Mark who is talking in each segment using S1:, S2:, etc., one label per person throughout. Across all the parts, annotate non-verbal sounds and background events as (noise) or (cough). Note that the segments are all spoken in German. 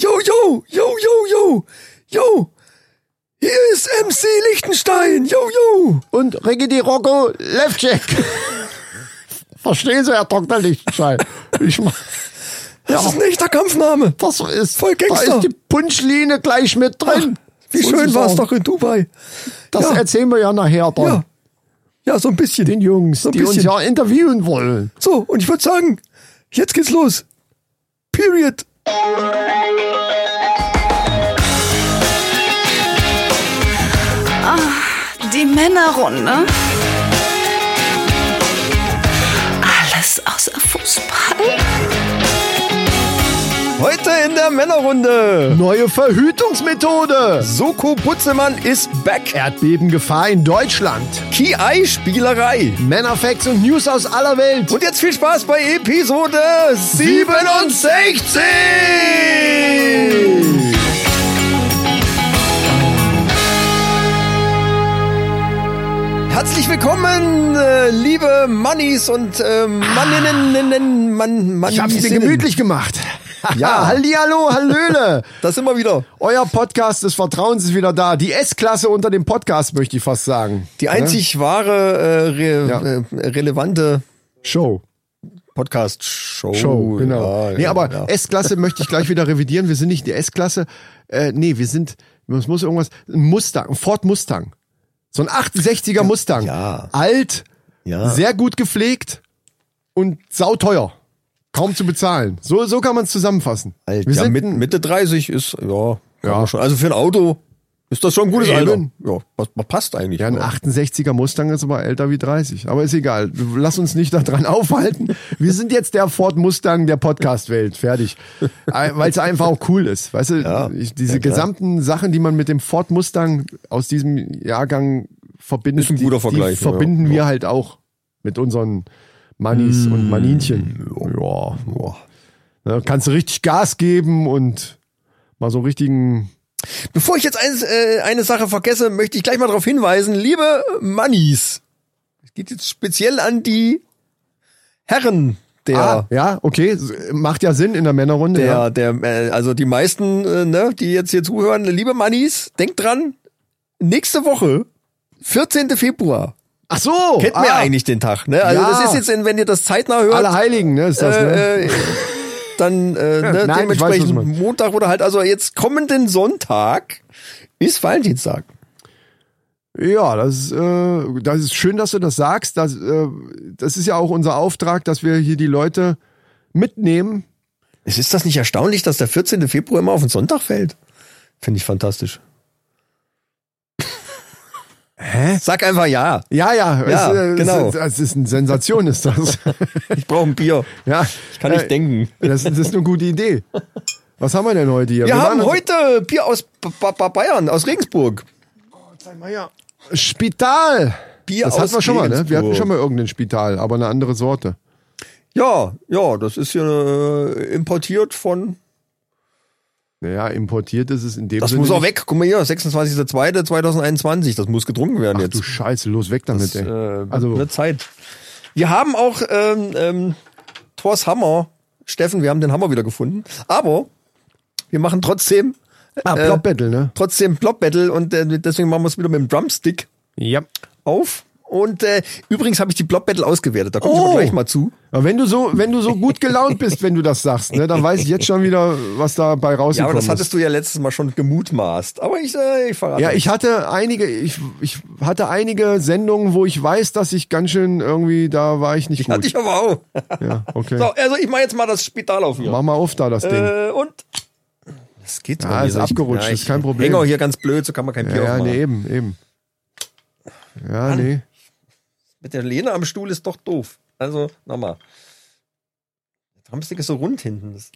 S1: Yo, yo, yo, yo, yo, yo. Hier ist MC Lichtenstein, yo, yo.
S2: Und Rigidi Rocco Levcek. (laughs) Verstehen Sie, Herr Dr. Lichtenstein? Ich mach,
S1: Das ist ein echter Kampfname.
S2: das ist,
S1: Voll
S2: da
S1: Gangster.
S2: ist die Punschline gleich mit drin.
S1: Wie
S2: So
S1: schön
S2: zu
S1: war es
S2: sagen.
S1: doch in Dubai.
S2: Das
S1: Ja.
S2: erzählen wir ja nachher dann.
S1: Ja. Ja, so ein bisschen.
S2: Den Jungs,
S1: So ein
S2: die uns
S1: bisschen.
S2: ja interviewen wollen.
S1: So, und ich würde sagen, jetzt geht's los. Period.
S3: Die Männerrunde. Alles außer Fußball.
S1: Heute in der Männerrunde.
S2: Neue Verhütungsmethode.
S1: Soko Putzemann ist back.
S2: Erdbebengefahr in Deutschland.
S1: Ki-Ei-Spielerei.
S2: Männerfacts und News aus aller Welt.
S1: Und jetzt viel Spaß bei Episode 67! Herzlich willkommen, äh, liebe Mannis und äh, Manninnen, Mann, Mann,
S2: ich hab's dir gemütlich gemacht. (laughs)
S1: Ja.
S2: Hallihallo, Hallöle.
S1: Das sind wir wieder.
S2: Euer Podcast des Vertrauens ist wieder da. Die S-Klasse unter dem Podcast, möchte ich fast sagen.
S1: Die einzig wahre, äh, re
S2: Ja.
S1: äh, relevante
S2: Show.
S1: Podcast-Show.
S2: Show, genau.
S1: Ja,
S2: nee, aber
S1: ja.
S2: S-Klasse möchte ich gleich wieder revidieren. Wir sind nicht die S-Klasse. Äh, nee, wir sind, es muss irgendwas, ein Mustang, ein Ford Mustang. So ein 68er Mustang.
S1: ja.
S2: Alt,
S1: Ja.
S2: sehr gut gepflegt und sauteuer. Kaum zu bezahlen. So, so kann man es zusammenfassen.
S1: Alt,
S2: wir
S1: ja,
S2: sind
S1: mit,
S2: ein-
S1: Mitte 30 ist, ja, kann
S2: Ja.
S1: man Schon. also für ein Auto ist das schon ein gutes
S2: Eben.
S1: Alter. Ja, was, was passt eigentlich.
S2: Ja, ein 68er Mustang ist aber älter wie 30. Aber ist egal. Lass uns nicht daran (laughs) aufhalten. Wir sind jetzt der Ford Mustang der Podcast-Welt. Fertig. Weil es einfach auch cool ist. Weißt du, ich, diese gesamten Sachen, die man mit dem Ford Mustang aus diesem Jahrgang verbindet,
S1: Ist ein guter
S2: die, die
S1: Vergleich, ja. Mm,
S2: verbinden wir halt auch mit unseren Mannis und Maninchen. Ja.
S1: Boah.
S2: Ne, Kannst du richtig Gas geben und mal so richtigen
S1: Bevor ich jetzt eins, äh, eine Sache vergesse, möchte ich gleich mal darauf hinweisen, liebe Mannis, es geht jetzt speziell an die Herren der
S2: Ah, ja, okay. Macht ja Sinn in der Männerrunde. ja.
S1: Der, der, äh, also die meisten, äh, ne, die jetzt hier zuhören, liebe Mannis, denkt dran, nächste Woche, 14. Februar,
S2: Ach so.
S1: kennt mir
S2: ah.
S1: eigentlich den Tag, ne? Also
S2: Ja.
S1: das ist jetzt, in- wenn ihr das zeitnah hört,
S2: Alle Heiligen, ne? Ist das, ne?
S1: äh, äh, dann äh, ne,
S2: nein, ich weiß, was
S1: dementsprechend
S2: du meinst.
S1: Montag oder halt, also jetzt kommenden Sonntag ist Valentinstag.
S2: Ja, das ist, äh, das ist schön, dass du das sagst. Das, äh, das ist ja auch unser Auftrag, dass wir hier die Leute mitnehmen.
S1: Es ist das nicht erstaunlich, dass der 14. Februar immer auf den Sonntag fällt? Finde ich fantastisch. Hä? Sag einfach ja.
S2: Ja, ja,
S1: Ja,
S2: es, äh,
S1: genau.
S2: Es, ist- es ist eine Sensation,
S1: (laughs)
S2: ist das.
S1: Ich brauche ein Bier.
S2: ja,
S1: Kann
S2: ich
S1: ich denken.
S2: Das, das ist eine gute Idee. Was haben wir denn heute hier?
S1: Wir, haben
S2: waren- also-
S1: heute Bier aus B B B Bayern, aus Regensburg.
S2: Spital.
S1: Bier
S2: das
S1: aus
S2: hatten wir schon mal, ne? Wir hatten
S1: Regensburg.
S2: schon mal irgendein Spital, aber eine andere Sorte.
S1: Ja, ja, das ist hier äh, importiert von.
S2: Naja, importiert ist es in dem
S1: Das
S2: Sinne
S1: muss auch
S2: nicht.
S1: weg. Guck mal hier, 26.02.2021. Das muss getrunken werden
S2: Ach
S1: jetzt. äh,
S2: du Scheiße, los weg damit, ey. also,
S1: eine Zeit. Wir haben auch ähm, ähm, Thors Hammer. Steffen, wir haben den Hammer wieder gefunden. Aber wir machen trotzdem
S2: ah,
S1: äh,
S2: Plop Battle, ne?
S1: trotzdem Plop Battle und äh, deswegen machen wir es wieder mit dem Drumstick
S2: Ja.
S1: auf. Und äh, übrigens habe ich die Plop Battle ausgewertet. Da komme ich
S2: Oh.
S1: aber gleich mal zu.
S2: Aber wenn du so, wenn du so gut gelaunt bist, wenn du das sagst, ne, dann weiß ich jetzt schon wieder, was dabei
S1: Ja, aber
S2: rausgekommen
S1: das hattest
S2: ist.
S1: du ja letztes Mal schon gemutmaßt. Aber ich, äh, ich verrate.
S2: Ja, ich hatte einige, ich, ich hatte einige Sendungen, wo ich weiß, dass ich ganz schön irgendwie, da war ich
S1: (laughs)
S2: nicht
S1: Hatte
S2: gut.
S1: ich aber auch.
S2: Ja, okay.
S1: So, also ich mache jetzt mal das Spital auf hier.
S2: Mach mal auf da das Ding.
S1: Äh, und. Das geht
S2: Ja, ist abgerutscht, ist kein Problem.
S1: Hänger hier ganz blöd, so kann man kein Bier
S2: Ja, ja,
S1: aufmachen.
S2: nee, eben, eben. Ja, nee.
S1: Mit der Lehne am Stuhl ist doch doof. Also, nochmal. Der Drumstick ist so rund hinten. Das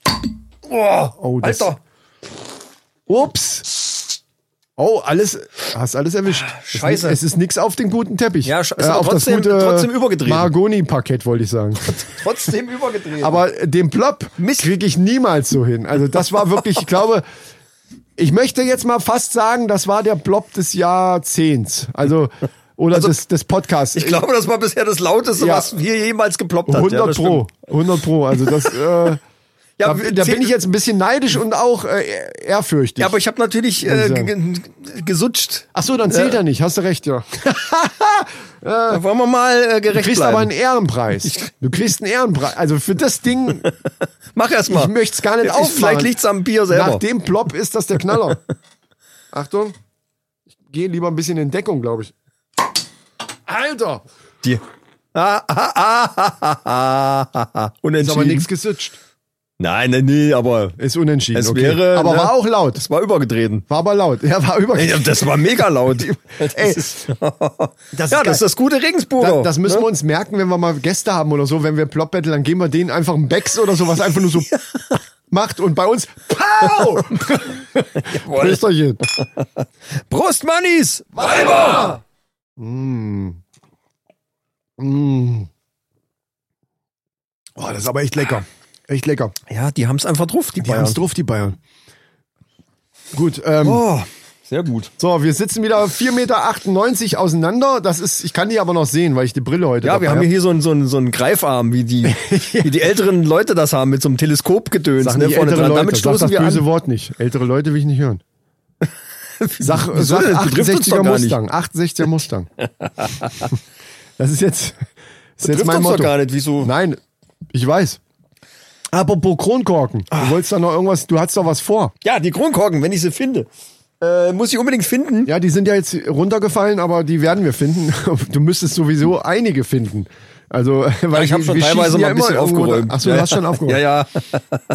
S1: Boah,
S2: Oh, das-
S1: Alter,
S2: Ups! Oh, alles, hast alles erwischt.
S1: Ah, Scheiße.
S2: Es, ist nix auf den guten Teppich.
S1: Ja, sch- ist
S2: äh,
S1: aber
S2: auf
S1: trotzdem-
S2: das gute
S1: trotzdem übergedreht.
S2: Mahagoni-Parkett, wollte ich sagen.
S1: trotzdem (laughs) übergedreht.
S2: Aber den Plop kriege ich niemals so hin. Also das war wirklich, ich glaube, ich möchte jetzt mal fast sagen, das war der Plop des Jahrzehnts. Also, oder des, des Podcasts.
S1: ich glaube, das war bisher das Lauteste,
S2: Ja.
S1: was hier jemals geploppt hat.
S2: 100
S1: ja, das
S2: Pro.
S1: stimmt.
S2: 100 Pro. Also das, äh,
S1: Ja, Ja,
S2: da, da bin ich jetzt ein bisschen neidisch und auch äh, ehrfürchtig.
S1: Ja, aber ich habe natürlich
S2: Muss
S1: äh,
S2: ich sagen.
S1: ge- ge- gesutscht.
S2: Ach so, dann zählt er nicht. Hast du recht, ja.
S1: Da wollen wir mal äh,
S2: Du
S1: gerecht
S2: kriegst aber
S1: bleiben.
S2: einen Ehrenpreis. Du kriegst einen Ehrenpreis. Also für das
S1: (laughs)
S2: Ding,
S1: Mach erst mal.
S2: ich möchte es gar nicht
S1: Ist-
S2: aufmachen.
S1: Vielleicht liegt's am Bier
S2: Nach
S1: selber.
S2: dem Plop ist das der (laughs) Knaller. Achtung. Ich gehe lieber ein bisschen in Deckung, glaube ich. Alter!
S1: (laughs) Die. Ah, ah, ah, ah, ah, ah, ah, ah.
S2: Ist aber
S1: Unentschieden.
S2: nichts gesitzt.
S1: Nein,
S2: äh,
S1: nein, nee, aber
S2: Ist unentschieden.
S1: Es wäre,
S2: aber
S1: ne?
S2: war auch laut.
S1: es war übergetreten.
S2: War aber laut. Ja, war über.
S1: Ey, Das war mega (laughs) laut. Ey,
S2: (laughs) Das ist
S1: ja,
S2: geil.
S1: das ist das gute Regensburger.
S2: Da, das müssen wir uns merken, wenn wir mal Gäste haben oder so. Wenn wir Plop Battle, dann geben wir denen einfach einen Becks oder so, was einfach (laughs) nur so macht. Und bei uns, Pow! (laughs)
S1: Jawohl.
S2: Prösterchen.
S1: Prost, Mannis! Weiber!
S2: Oh, das ist aber echt lecker. Echt lecker.
S1: Ja, die haben's einfach drauf, die,
S2: Die haben
S1: Bayern.
S2: es drauf, die Bayern. Gut, ähm,
S1: Oh, sehr gut.
S2: so, wir sitzen wieder 4,98 Meter auseinander. Das ist, ich kann die aber noch sehen, weil ich die Brille heute
S1: Ja,
S2: dabei
S1: wir haben
S2: hab.
S1: hier so einen, so einen, so einen Greifarm, wie
S2: (laughs)
S1: die, wie die älteren Leute das haben, mit so einem Teleskopgedöns
S2: Sag
S1: ne,
S2: nicht
S1: vorne
S2: ältere
S1: dran.
S2: Leute,
S1: Damit
S2: sag
S1: stoßen
S2: das
S1: wir
S2: böse
S1: an.
S2: Wort nicht. Ältere Leute will ich nicht hören. Sag,
S1: (laughs) Wieso
S2: sag
S1: denn? Das betrifft uns
S2: 68er
S1: doch gar nicht.
S2: Mustang.
S1: (laughs)
S2: 68er Mustang. Das ist jetzt, ist jetzt
S1: Trifft
S2: mein
S1: uns doch
S2: Motto.
S1: gar nicht, wieso?
S2: Nein, ich weiß. Apropos Kronkorken.
S1: Ah.
S2: Du wolltest da noch irgendwas, du hattest doch was vor.
S1: Ja, die Kronkorken, wenn ich sie finde. Äh, muss ich unbedingt finden.
S2: Ja, die sind ja jetzt runtergefallen, aber die werden wir finden. (laughs) Du müsstest sowieso einige finden. Also, (laughs) weil
S1: ich habe
S2: die-
S1: schon
S2: wir
S1: teilweise
S2: schießen
S1: mal
S2: ja
S1: ein
S2: immer
S1: bisschen
S2: irgendwo-
S1: aufgeräumt.
S2: Ach so, du hast schon aufgeräumt.
S1: Ja, ja.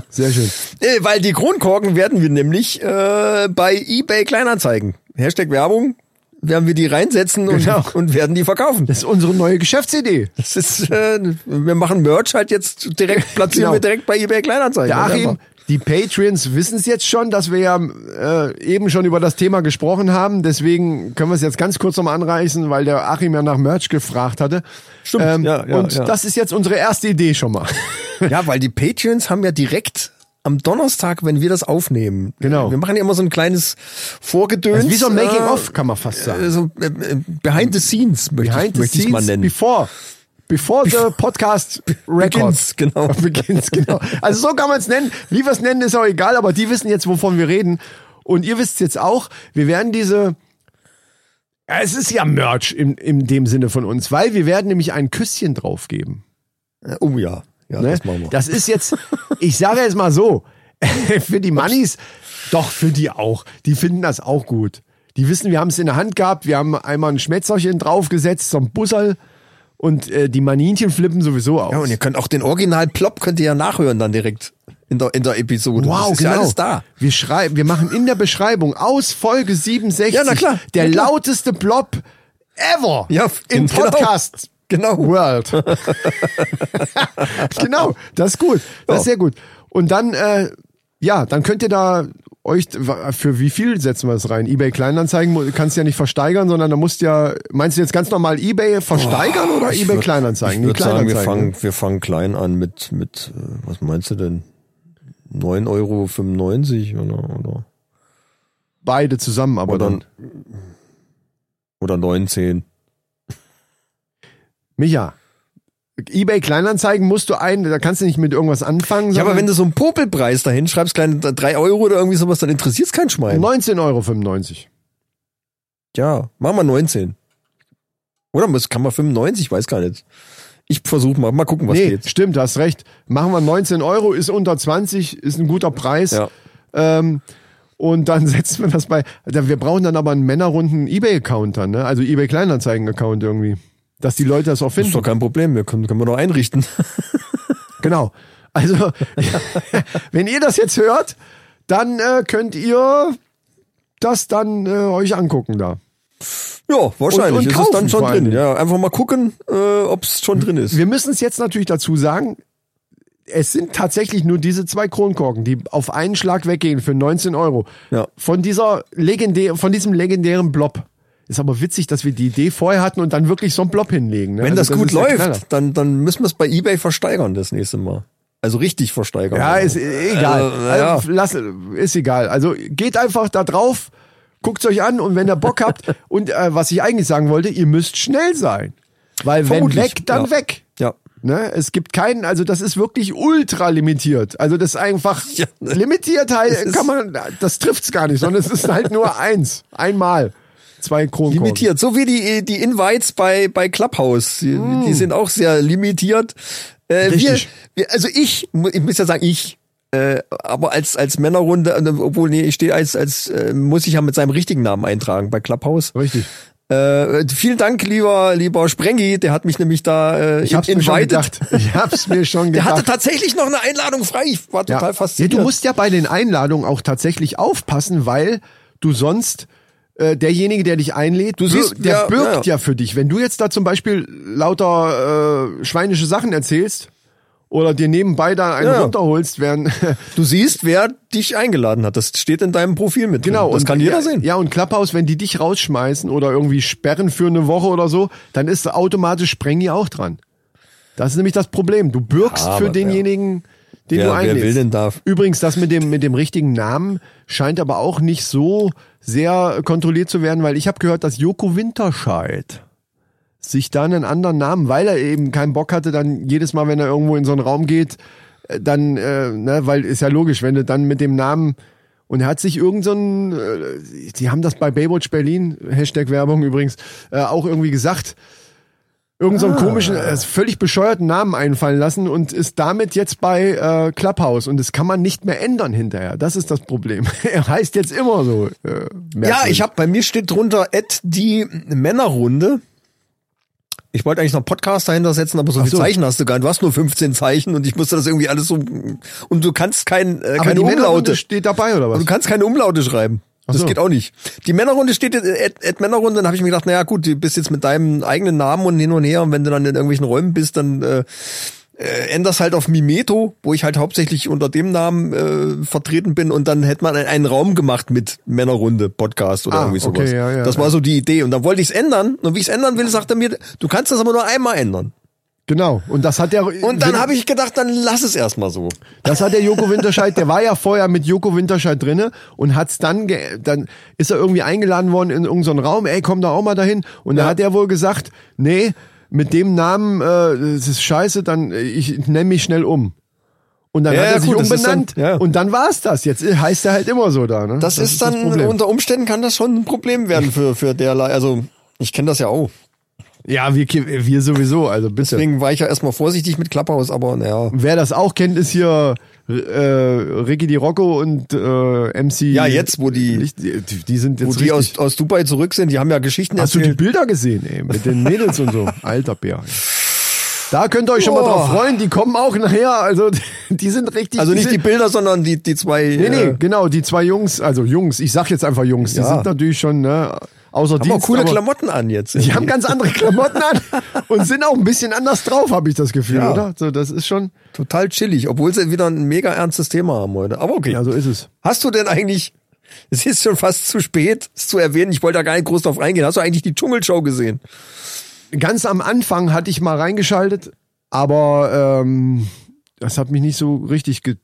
S2: Sehr schön.
S1: Äh, Weil die Kronkorken werden wir nämlich äh, bei eBay Kleinanzeigen. Hashtag Werbung. Werden wir die reinsetzen und,
S2: Genau.
S1: und werden die verkaufen.
S2: Das ist unsere neue Geschäftsidee.
S1: Das ist, äh, wir machen Merch halt jetzt (laughs) direkt, platzieren
S2: Genau.
S1: wir direkt bei eBay Kleinanzeigen.
S2: Achim, die Patreons wissen es jetzt schon, dass wir ja äh, eben schon über das Thema gesprochen haben. Deswegen können wir es jetzt ganz kurz nochmal anreißen, weil der Achim ja nach Merch gefragt hatte. Ähm,
S1: Stimmt, ja, ja,
S2: und
S1: ja.
S2: das ist jetzt unsere erste Idee schon mal.
S1: Ja, weil die Patreons haben ja direkt am Donnerstag, wenn wir das aufnehmen.
S2: Genau.
S1: Wir machen ja immer so ein kleines Vorgedöns.
S2: Also (laughs) wie so ein Making-of,
S1: äh,
S2: kann man fast sagen.
S1: äh, So, äh, äh, behind the scenes möchte ich,
S2: Behind the
S1: möchte ich's
S2: scenes
S1: mal nennen.
S2: before. Before the
S1: (laughs)
S2: podcast records.
S1: Begins,
S2: (laughs)
S1: genau.
S2: Begins, genau. Also so kann man es nennen. Wie wir es nennen, ist auch egal, aber die wissen jetzt, wovon wir reden. Und ihr wisst jetzt auch, wir werden diese. Ja, Es ist ja Merch in, in dem Sinne von uns, weil wir werden nämlich ein Küsschen drauf geben.
S1: Oh ja. Ja,
S2: Ne?
S1: das machen wir.
S2: Das ist jetzt, ich sage jetzt mal so, (laughs) für die Mannis, doch, für die auch. Die finden das auch gut. Die wissen, wir haben es in der Hand gehabt, wir haben einmal ein Schmetzerchen draufgesetzt, so ein Busserl und äh, die Maninchen flippen sowieso aus.
S1: Ja, und ihr könnt auch den Original-Plop könnt ihr ja nachhören dann direkt in der, in der Episode.
S2: wow,
S1: das ist
S2: genau.
S1: ja alles da.
S2: Wir schreiben, wir machen in der Beschreibung aus Folge 67
S1: Ja, na klar.
S2: der
S1: Na klar.
S2: lauteste Blob ever
S1: Ja,
S2: im
S1: genau.
S2: Podcast.
S1: Genau.
S2: World. (laughs) genau, das ist gut. Das
S1: Ja.
S2: ist sehr gut. Und dann, äh, ja, dann könnt ihr da euch, für wie viel setzen wir es rein? Ebay Kleinanzeigen mu- kannst du ja nicht versteigern, sondern da musst du ja, meinst du jetzt ganz normal Ebay versteigern oder Ebay Kleinanzeigen?
S1: (laughs) Ich
S2: Nee,
S1: würde sagen, wir
S2: Kleinanzeigen, ne?
S1: fangen, wir fangen klein an mit, mit, äh, was meinst du denn? 9,95 Euro oder, oder,
S2: Beide zusammen, aber
S1: oder,
S2: dann.
S1: oder 19.
S2: Micha, eBay Kleinanzeigen musst du ein, da kannst du nicht mit irgendwas anfangen.
S1: Ja, aber
S2: sondern
S1: wenn du so einen Popelpreis da hinschreibst, kleine 3 Euro oder irgendwie sowas, dann interessiert's kein Schwein.
S2: 19,95 Euro.
S1: Ja, mach mal 19. Oder muss, kann man 95, weiß gar nicht. Ich versuche mal, mal gucken, Um was
S2: nee,
S1: geht.
S2: stimmt, du hast recht. Machen wir 19 Euro, ist unter 20, ist ein guter Preis.
S1: Ja.
S2: Ähm, und dann (laughs) setzen wir das bei. Also wir brauchen dann aber einen männerrunden eBay-Account dann, ne? Also eBay Kleinanzeigen-Account irgendwie. Dass die Leute das auch
S1: Ist
S2: finden.
S1: doch kein Problem, wir können, können wir noch einrichten. (laughs)
S2: Genau. Also, (laughs) wenn ihr das jetzt hört, dann äh, könnt ihr das dann äh, euch angucken da.
S1: Ja, wahrscheinlich.
S2: Und- und
S1: ist es
S2: kaufen
S1: dann schon
S2: vor allen
S1: drin.
S2: Dingen.
S1: Ja, einfach mal gucken, äh, ob es schon drin ist.
S2: Wir müssen es jetzt natürlich dazu sagen, es sind tatsächlich nur diese zwei Kronkorken, die auf einen Schlag weggehen für 19 Euro.
S1: Ja.
S2: Von, dieser legendär, von diesem legendären Blob. Ist aber witzig, dass wir die Idee vorher hatten und dann wirklich so einen Blob hinlegen. Ne?
S1: Wenn das
S2: Also
S1: gut
S2: ist der Knaller.
S1: läuft, dann, dann müssen wir es bei eBay versteigern das nächste Mal. Also richtig versteigern.
S2: Ja, ist
S1: Also.
S2: äh, egal.
S1: Also, ja.
S2: Also, lass, ist egal. Also geht einfach da drauf, guckt euch an und wenn ihr Bock
S1: (laughs)
S2: habt und äh, was ich eigentlich sagen wollte, ihr müsst schnell sein. Weil wenn
S1: Vermutlich,
S2: weg, dann
S1: ja.
S2: weg.
S1: Ja.
S2: Ne? Es gibt keinen, also das ist wirklich ultra limitiert. Also das ist einfach
S1: Ja, ne.
S2: limitiert halt,
S1: ist-
S2: kann man, das trifft's gar nicht, sondern es ist halt nur eins, einmal, zwei Kronkorken.
S1: Limitiert, so wie die, die Invites bei, bei Clubhouse. Die, die sind auch sehr limitiert. Äh, wir,
S2: Mm. Richtig.
S1: wir, also ich, mu- ich muss ja sagen, ich, äh, aber als, als Männerrunde, äh, obwohl, nee, ich stehe als, als äh, muss ich ja mit seinem richtigen Namen eintragen bei Clubhouse.
S2: Richtig.
S1: Äh, vielen Dank, lieber, lieber Sprengi, der hat mich nämlich da äh,
S2: Ich hab's mir schon
S1: invited.
S2: gedacht. Ich hab's mir
S1: (laughs)
S2: schon
S1: Der hatte
S2: gedacht.
S1: tatsächlich noch eine Einladung frei. Ich war total fasziniert.
S2: Ja, du musst ja bei den Einladungen auch tatsächlich aufpassen, weil du sonst äh, derjenige, der dich einlädt, du
S1: siehst,
S2: der
S1: ja,
S2: birgt
S1: ja.
S2: ja. für dich. Wenn du jetzt da zum Beispiel lauter äh, schweinische Sachen erzählst oder dir nebenbei da einen
S1: Ja.
S2: runterholst, während
S1: Du siehst, wer dich eingeladen hat. Das steht in deinem Profil mit. drin.
S2: (laughs) Genau,
S1: Das
S2: und-
S1: kann jeder
S2: ja,
S1: sehen.
S2: Ja, und Klapphaus, wenn die dich rausschmeißen oder irgendwie sperren für eine Woche oder so, dann ist automatisch Sprengi auch dran. Das ist nämlich das Problem. Du bürgst
S1: Ja,
S2: für
S1: aber
S2: denjenigen, den
S1: Wer-
S2: du
S1: wer
S2: einlädst.
S1: will denn da-
S2: Übrigens, das mit dem, mit dem richtigen Namen scheint aber auch nicht so sehr kontrolliert zu werden, weil ich habe gehört, dass Joko Winterscheid sich dann einen anderen Namen, weil er eben keinen Bock hatte, dann jedes Mal, wenn er irgendwo in so einen Raum geht, äh, dann, äh, ne, weil ist ja logisch, wenn du dann mit dem Namen und er hat sich irgend so einen, äh, die haben das bei Baywatch Berlin, Hashtag Werbung übrigens, äh, auch irgendwie gesagt, irgend so
S1: Ah.
S2: einen komischen, äh, völlig bescheuerten Namen einfallen lassen und ist damit jetzt bei äh, Clubhouse und das kann man nicht mehr ändern hinterher. Das ist das Problem. (laughs) er heißt jetzt immer so. Äh,
S1: Ja,
S2: merkwürdig.
S1: ich habe bei mir steht drunter at die Männerrunde. Ich wollte eigentlich noch Podcast dahinter setzen, aber so viele
S2: so.
S1: Zeichen hast du gar nicht. Du hast nur 15 Zeichen und ich musste das irgendwie alles so und du kannst kein, äh,
S2: aber
S1: keine
S2: die Männerrunde
S1: Umlaute.
S2: steht dabei oder was?
S1: Du kannst keine Umlaute schreiben. Das
S2: so.
S1: geht auch nicht. Die Männerrunde steht jetzt, äh, at, at Männerrunde, dann habe ich mir gedacht, naja gut, du bist jetzt mit deinem eigenen Namen und hin und her und wenn du dann in irgendwelchen Räumen bist, dann äh, äh, änderst halt auf Mimeto, wo ich halt hauptsächlich unter dem Namen äh, vertreten bin und dann hätte man einen- einen Raum gemacht mit Männerrunde Podcast oder
S2: Ah,
S1: irgendwie sowas.
S2: okay, ja, ja,
S1: das war so die Idee und dann wollte ich es ändern und wie ich es ändern will, sagt er mir, du kannst das aber nur einmal ändern.
S2: Genau. Und das hat der.
S1: Und dann habe ich gedacht, dann lass es erstmal so.
S2: Das hat der Joko Winterscheid, der war ja vorher mit Joko Winterscheid drinne und hat's dann, ge dann ist er irgendwie eingeladen worden in irgendeinen Raum, ey, komm da auch mal dahin. Und da hat er wohl gesagt, nee, mit dem Namen, äh, das ist scheiße, dann äh, ich nenne mich schnell um. Und dann
S1: Ja,
S2: hat er
S1: ja,
S2: sich
S1: gut, das ist
S2: umbenannt
S1: dann- ja.
S2: und dann war's das. Jetzt heißt er halt immer so da. Ne?
S1: Das, ist dann
S2: Problem.
S1: unter Umständen kann das schon ein Problem werden für für derlei. Also ich kenne das ja auch.
S2: ja, wir, wir sowieso, also bitte.
S1: Deswegen war ich ja erstmal vorsichtig mit Klapphaus, aber naja.
S2: Wer das auch kennt, ist hier äh, Ricky Di Rocco und äh, MC.
S1: Ja, jetzt, wo die-
S2: Licht- die, die sind jetzt
S1: Wo die
S2: richtig-
S1: aus, aus Dubai zurück sind, die haben ja Geschichten
S2: Hast du die Bilder gesehen, ey, mit den Mädels und
S1: (laughs)
S2: so? Alter Bär. ey. Da könnt ihr euch schon mal
S1: Boah.
S2: drauf freuen, die kommen auch nachher, also (laughs) die sind richtig.
S1: also nicht die
S2: sind,
S1: Bilder, sondern die, die zwei.
S2: Nee, nee,
S1: äh,
S2: genau, die zwei Jungs, also Jungs, ich sag jetzt einfach Jungs, die
S1: Ja.
S2: sind natürlich schon, ne, außer
S1: haben auch
S2: Dienst,
S1: coole
S2: aber
S1: Klamotten an jetzt.
S2: Die haben ganz andere Klamotten
S1: (laughs)
S2: an und sind auch ein bisschen anders drauf, habe ich das Gefühl,
S1: Ja.
S2: oder? So, das ist schon.
S1: total chillig, obwohl sie wieder ein mega ernstes Thema haben heute. Aber okay.
S2: Ja, so ist es.
S1: Hast du denn eigentlich, es ist schon fast zu spät, es zu erwähnen, ich wollte da gar nicht groß drauf eingehen. Hast du eigentlich die Dschungelshow gesehen?
S2: Ganz am Anfang hatte ich mal reingeschaltet, aber ähm, das hat mich nicht so richtig ge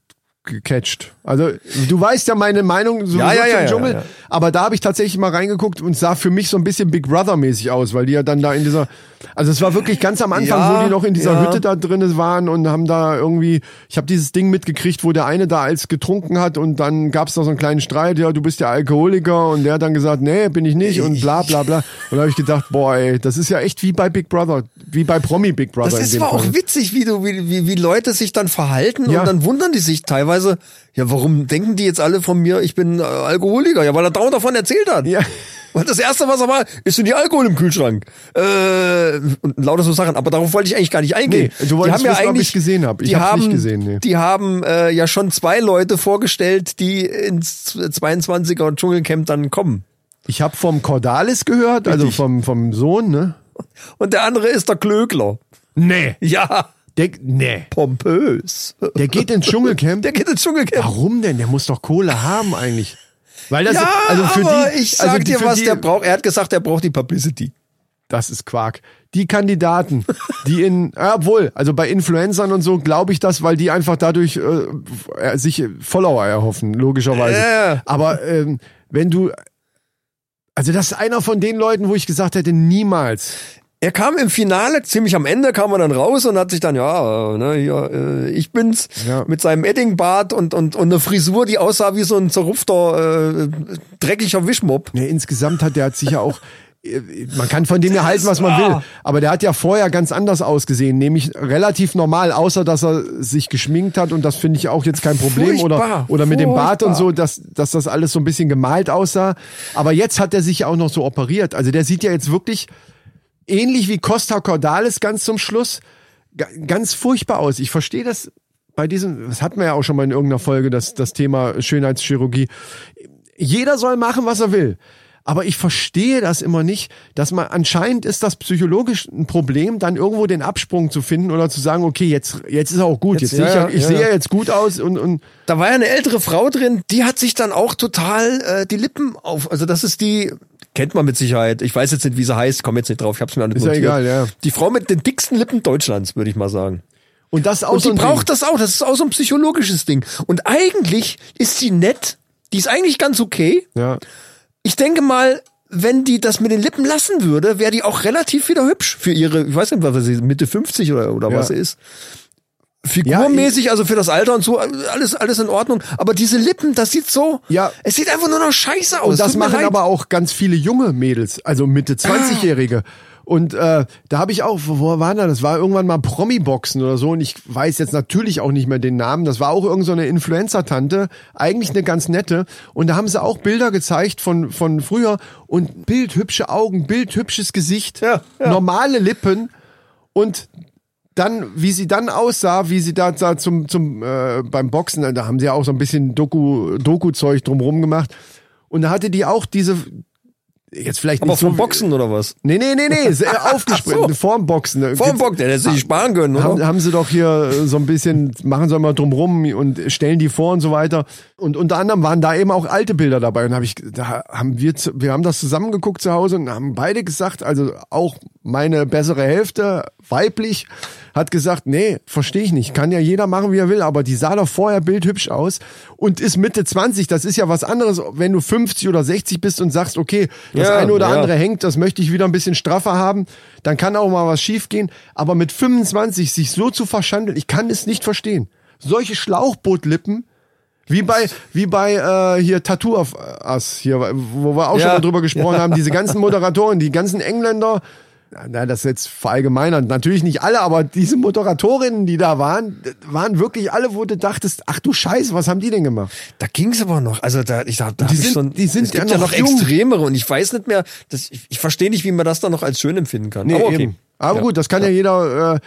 S2: gecatcht. Also du weißt ja meine Meinung so
S1: Ja, ja, ja, ja,
S2: Dschungel,
S1: ja.
S2: aber da habe ich tatsächlich mal reingeguckt und sah für mich so ein bisschen Big Brother mäßig aus, weil die ja dann da in dieser, also es war wirklich ganz am Anfang,
S1: Ja,
S2: wo die noch in dieser
S1: ja.
S2: Hütte da drinnen waren und haben da irgendwie, ich habe dieses Ding mitgekriegt, wo der eine da als getrunken hat und dann gab es da so einen kleinen Streit, ja, du bist ja Alkoholiker und der hat dann gesagt, nee, bin ich nicht und bla bla bla. Und da habe ich gedacht, boah, ey, das ist ja echt wie bei Big Brother, wie bei Promi Big Brother.
S1: Das
S2: in
S1: ist
S2: dem
S1: aber
S2: Fall.
S1: auch witzig, wie du, wie, wie, wie Leute sich dann verhalten
S2: Ja.
S1: und dann wundern die sich teilweise, ja, warum denken die jetzt alle von mir, ich bin äh, Alkoholiker? Ja, weil er dauernd davon erzählt hat.
S2: Ja.
S1: Und das erste, was er war, ist denn die Alkohol im Kühlschrank? Äh, und lauter so Sachen. Aber darauf wollte ich eigentlich gar nicht eingehen.
S2: Nee, du wolltest
S1: die haben
S2: wissen,
S1: ja
S2: ob
S1: eigentlich,
S2: ich's gesehen hab. Ich
S1: die
S2: hab's
S1: haben,
S2: nicht gesehen, nee.
S1: Die haben äh, ja schon zwei Leute vorgestellt, die ins 22er Dschungelcamp dann kommen.
S2: Ich habe vom Cordalis gehört, also
S1: Richtig.
S2: vom, vom Sohn, ne?
S1: Und der andere ist der Klögler. (laughs)
S2: Nee.
S1: Ja,
S2: Der, nee.
S1: pompös.
S2: Der geht ins Dschungelcamp.
S1: Der geht ins Dschungelcamp.
S2: Warum denn? Der muss doch Kohle haben eigentlich. Weil das
S1: ja,
S2: also für
S1: aber
S2: die,
S1: ich sag
S2: also die-
S1: dir
S2: für
S1: was,
S2: die,
S1: der braucht, er hat gesagt, er braucht die Publicity.
S2: Das ist Quark. Die Kandidaten, die in, (laughs) ja, obwohl, also bei Influencern und so glaube ich das, weil die einfach dadurch äh, sich Follower erhoffen, logischerweise.
S1: Ja.
S2: Aber ähm, wenn du, also das ist einer von den Leuten, wo ich gesagt hätte, niemals.
S1: Er kam im Finale, ziemlich am Ende kam er dann raus und hat sich dann, ja, äh, ne, hier, äh, ich bin's,
S2: Ja.
S1: mit seinem Eddingbart und, und, und eine Frisur, die aussah wie so ein zerrupfter, äh, dreckiger Wischmob.
S2: Nee, insgesamt hat der hat sich ja auch. (laughs) äh, Man kann von dem ja halten, was man will. Aber der hat ja vorher ganz anders ausgesehen, nämlich relativ normal, außer dass er sich geschminkt hat und das finde ich auch jetzt kein Problem. Oder,
S1: Furchtbar,
S2: oder mit dem Bart und
S1: furchtbar.
S2: so, dass, dass das alles so ein bisschen gemalt aussah. Aber jetzt hat er sich ja auch noch so operiert. Also der sieht ja jetzt wirklich ähnlich wie Costa Cordalis ganz zum Schluss ga- ganz furchtbar aus. Ich verstehe das bei diesem, das hatten wir ja auch schon mal in irgendeiner Folge, das, das Thema Schönheitschirurgie jeder soll machen, was er will. Aber ich verstehe das immer nicht, dass man anscheinend ist das psychologisch ein Problem, dann irgendwo den Absprung zu finden oder zu sagen, okay, jetzt jetzt ist auch gut, jetzt,
S1: Jetzt,
S2: sehe ich,
S1: ja,
S2: ja, ich
S1: ja,
S2: sehe
S1: ja.
S2: jetzt gut aus und und
S1: Da war ja eine ältere Frau drin, die hat sich dann auch total äh, die Lippen auf. Also das ist die, kennt man mit Sicherheit. Ich weiß jetzt nicht, wie sie heißt, komm jetzt nicht drauf, ich hab's mir auch nicht
S2: Ist ja
S1: notiert.
S2: egal, ja.
S1: Die Frau mit den dicksten Lippen Deutschlands, würde ich mal sagen.
S2: und das auch
S1: Und
S2: so
S1: die
S2: ein
S1: braucht
S2: Ding.
S1: das auch, das ist auch so ein psychologisches Ding. Und eigentlich ist sie nett, die ist eigentlich ganz okay.
S2: Ja.
S1: Ich denke mal, wenn die das mit den Lippen lassen würde, wäre die auch relativ wieder hübsch für ihre, ich weiß nicht, was sie ist, Mitte 50 oder, oder
S2: Ja.
S1: was sie ist. Figurmäßig, also für das Alter und so, alles, alles in Ordnung. Aber diese Lippen, das sieht so,
S2: Ja.
S1: es sieht einfach nur noch scheiße aus.
S2: Und das
S1: Tut mir
S2: machen
S1: leid. Ah.
S2: aber auch ganz viele junge Mädels, also Mitte 20-Jährige. Und äh, da habe ich auch, wo wo war denn das? War irgendwann mal Promi-Boxen oder so. Und ich weiß jetzt natürlich auch nicht mehr den Namen. Das war auch irgendeine so eine Influencer-Tante, eigentlich eine ganz nette. Und da haben sie auch Bilder gezeigt von, von früher. Und bildhübsche Augen, bildhübsches Gesicht,
S1: Ja, ja.
S2: normale Lippen. Und dann, wie sie dann aussah, wie sie da, da zum, zum, äh, beim Boxen, da haben sie ja auch so ein bisschen Doku, Doku-Zeug drumrum gemacht. Und da hatte die auch diese, jetzt vielleicht
S1: aber
S2: nicht so.
S1: vom Boxen oder was?
S2: Nee, nee, nee,
S1: (laughs)
S2: nee, sehr aufgespritzt,
S1: Ach so.
S2: vorm Boxen.
S1: Vom Boxen, der hätte sich sparen können, oder?
S2: Ah. Haben, haben sie doch hier äh, so ein bisschen, machen sie mal drumrum und stellen die vor und so weiter. Und unter anderem waren da eben auch alte Bilder dabei. Und habe ich, da haben wir, zu- wir haben das zusammengeguckt zu Hause und haben beide gesagt, also auch meine bessere Hälfte, weiblich, hat gesagt, nee, verstehe ich nicht. Kann ja jeder machen, wie er will, aber die sah doch vorher bildhübsch aus und ist Mitte 20. Das ist ja was anderes, wenn du 50 oder 60 bist und sagst, okay, das
S1: Ja,
S2: eine oder
S1: ja.
S2: andere hängt, das möchte ich wieder ein bisschen straffer haben, dann kann auch mal was schiefgehen. Aber mit 25 sich so zu verschandeln, ich kann es nicht verstehen. Solche Schlauchbootlippen, wie bei, wie bei äh, hier Tattoo of Us, hier, wo wir auch schon
S1: Ja.
S2: mal drüber gesprochen haben, diese ganzen Moderatoren, die ganzen Engländer, na, na, das ist jetzt verallgemeinert, natürlich nicht alle, aber diese Moderatorinnen, die da waren, waren wirklich alle, wo du dachtest, ach du Scheiße, was haben die denn gemacht?
S1: Da ging's aber noch. Also da, ich sag, da
S2: Und die
S1: hab ich
S2: sind-
S1: schon,
S2: die sind
S1: es gibt
S2: ja
S1: ja
S2: noch
S1: noch,
S2: jung.
S1: extremere und ich weiß nicht mehr, das, ich, ich verstehe nicht, wie man das dann noch als schön empfinden kann.
S2: Nee,
S1: aber okay.
S2: eben. aber gut, das kann ja, jeder äh,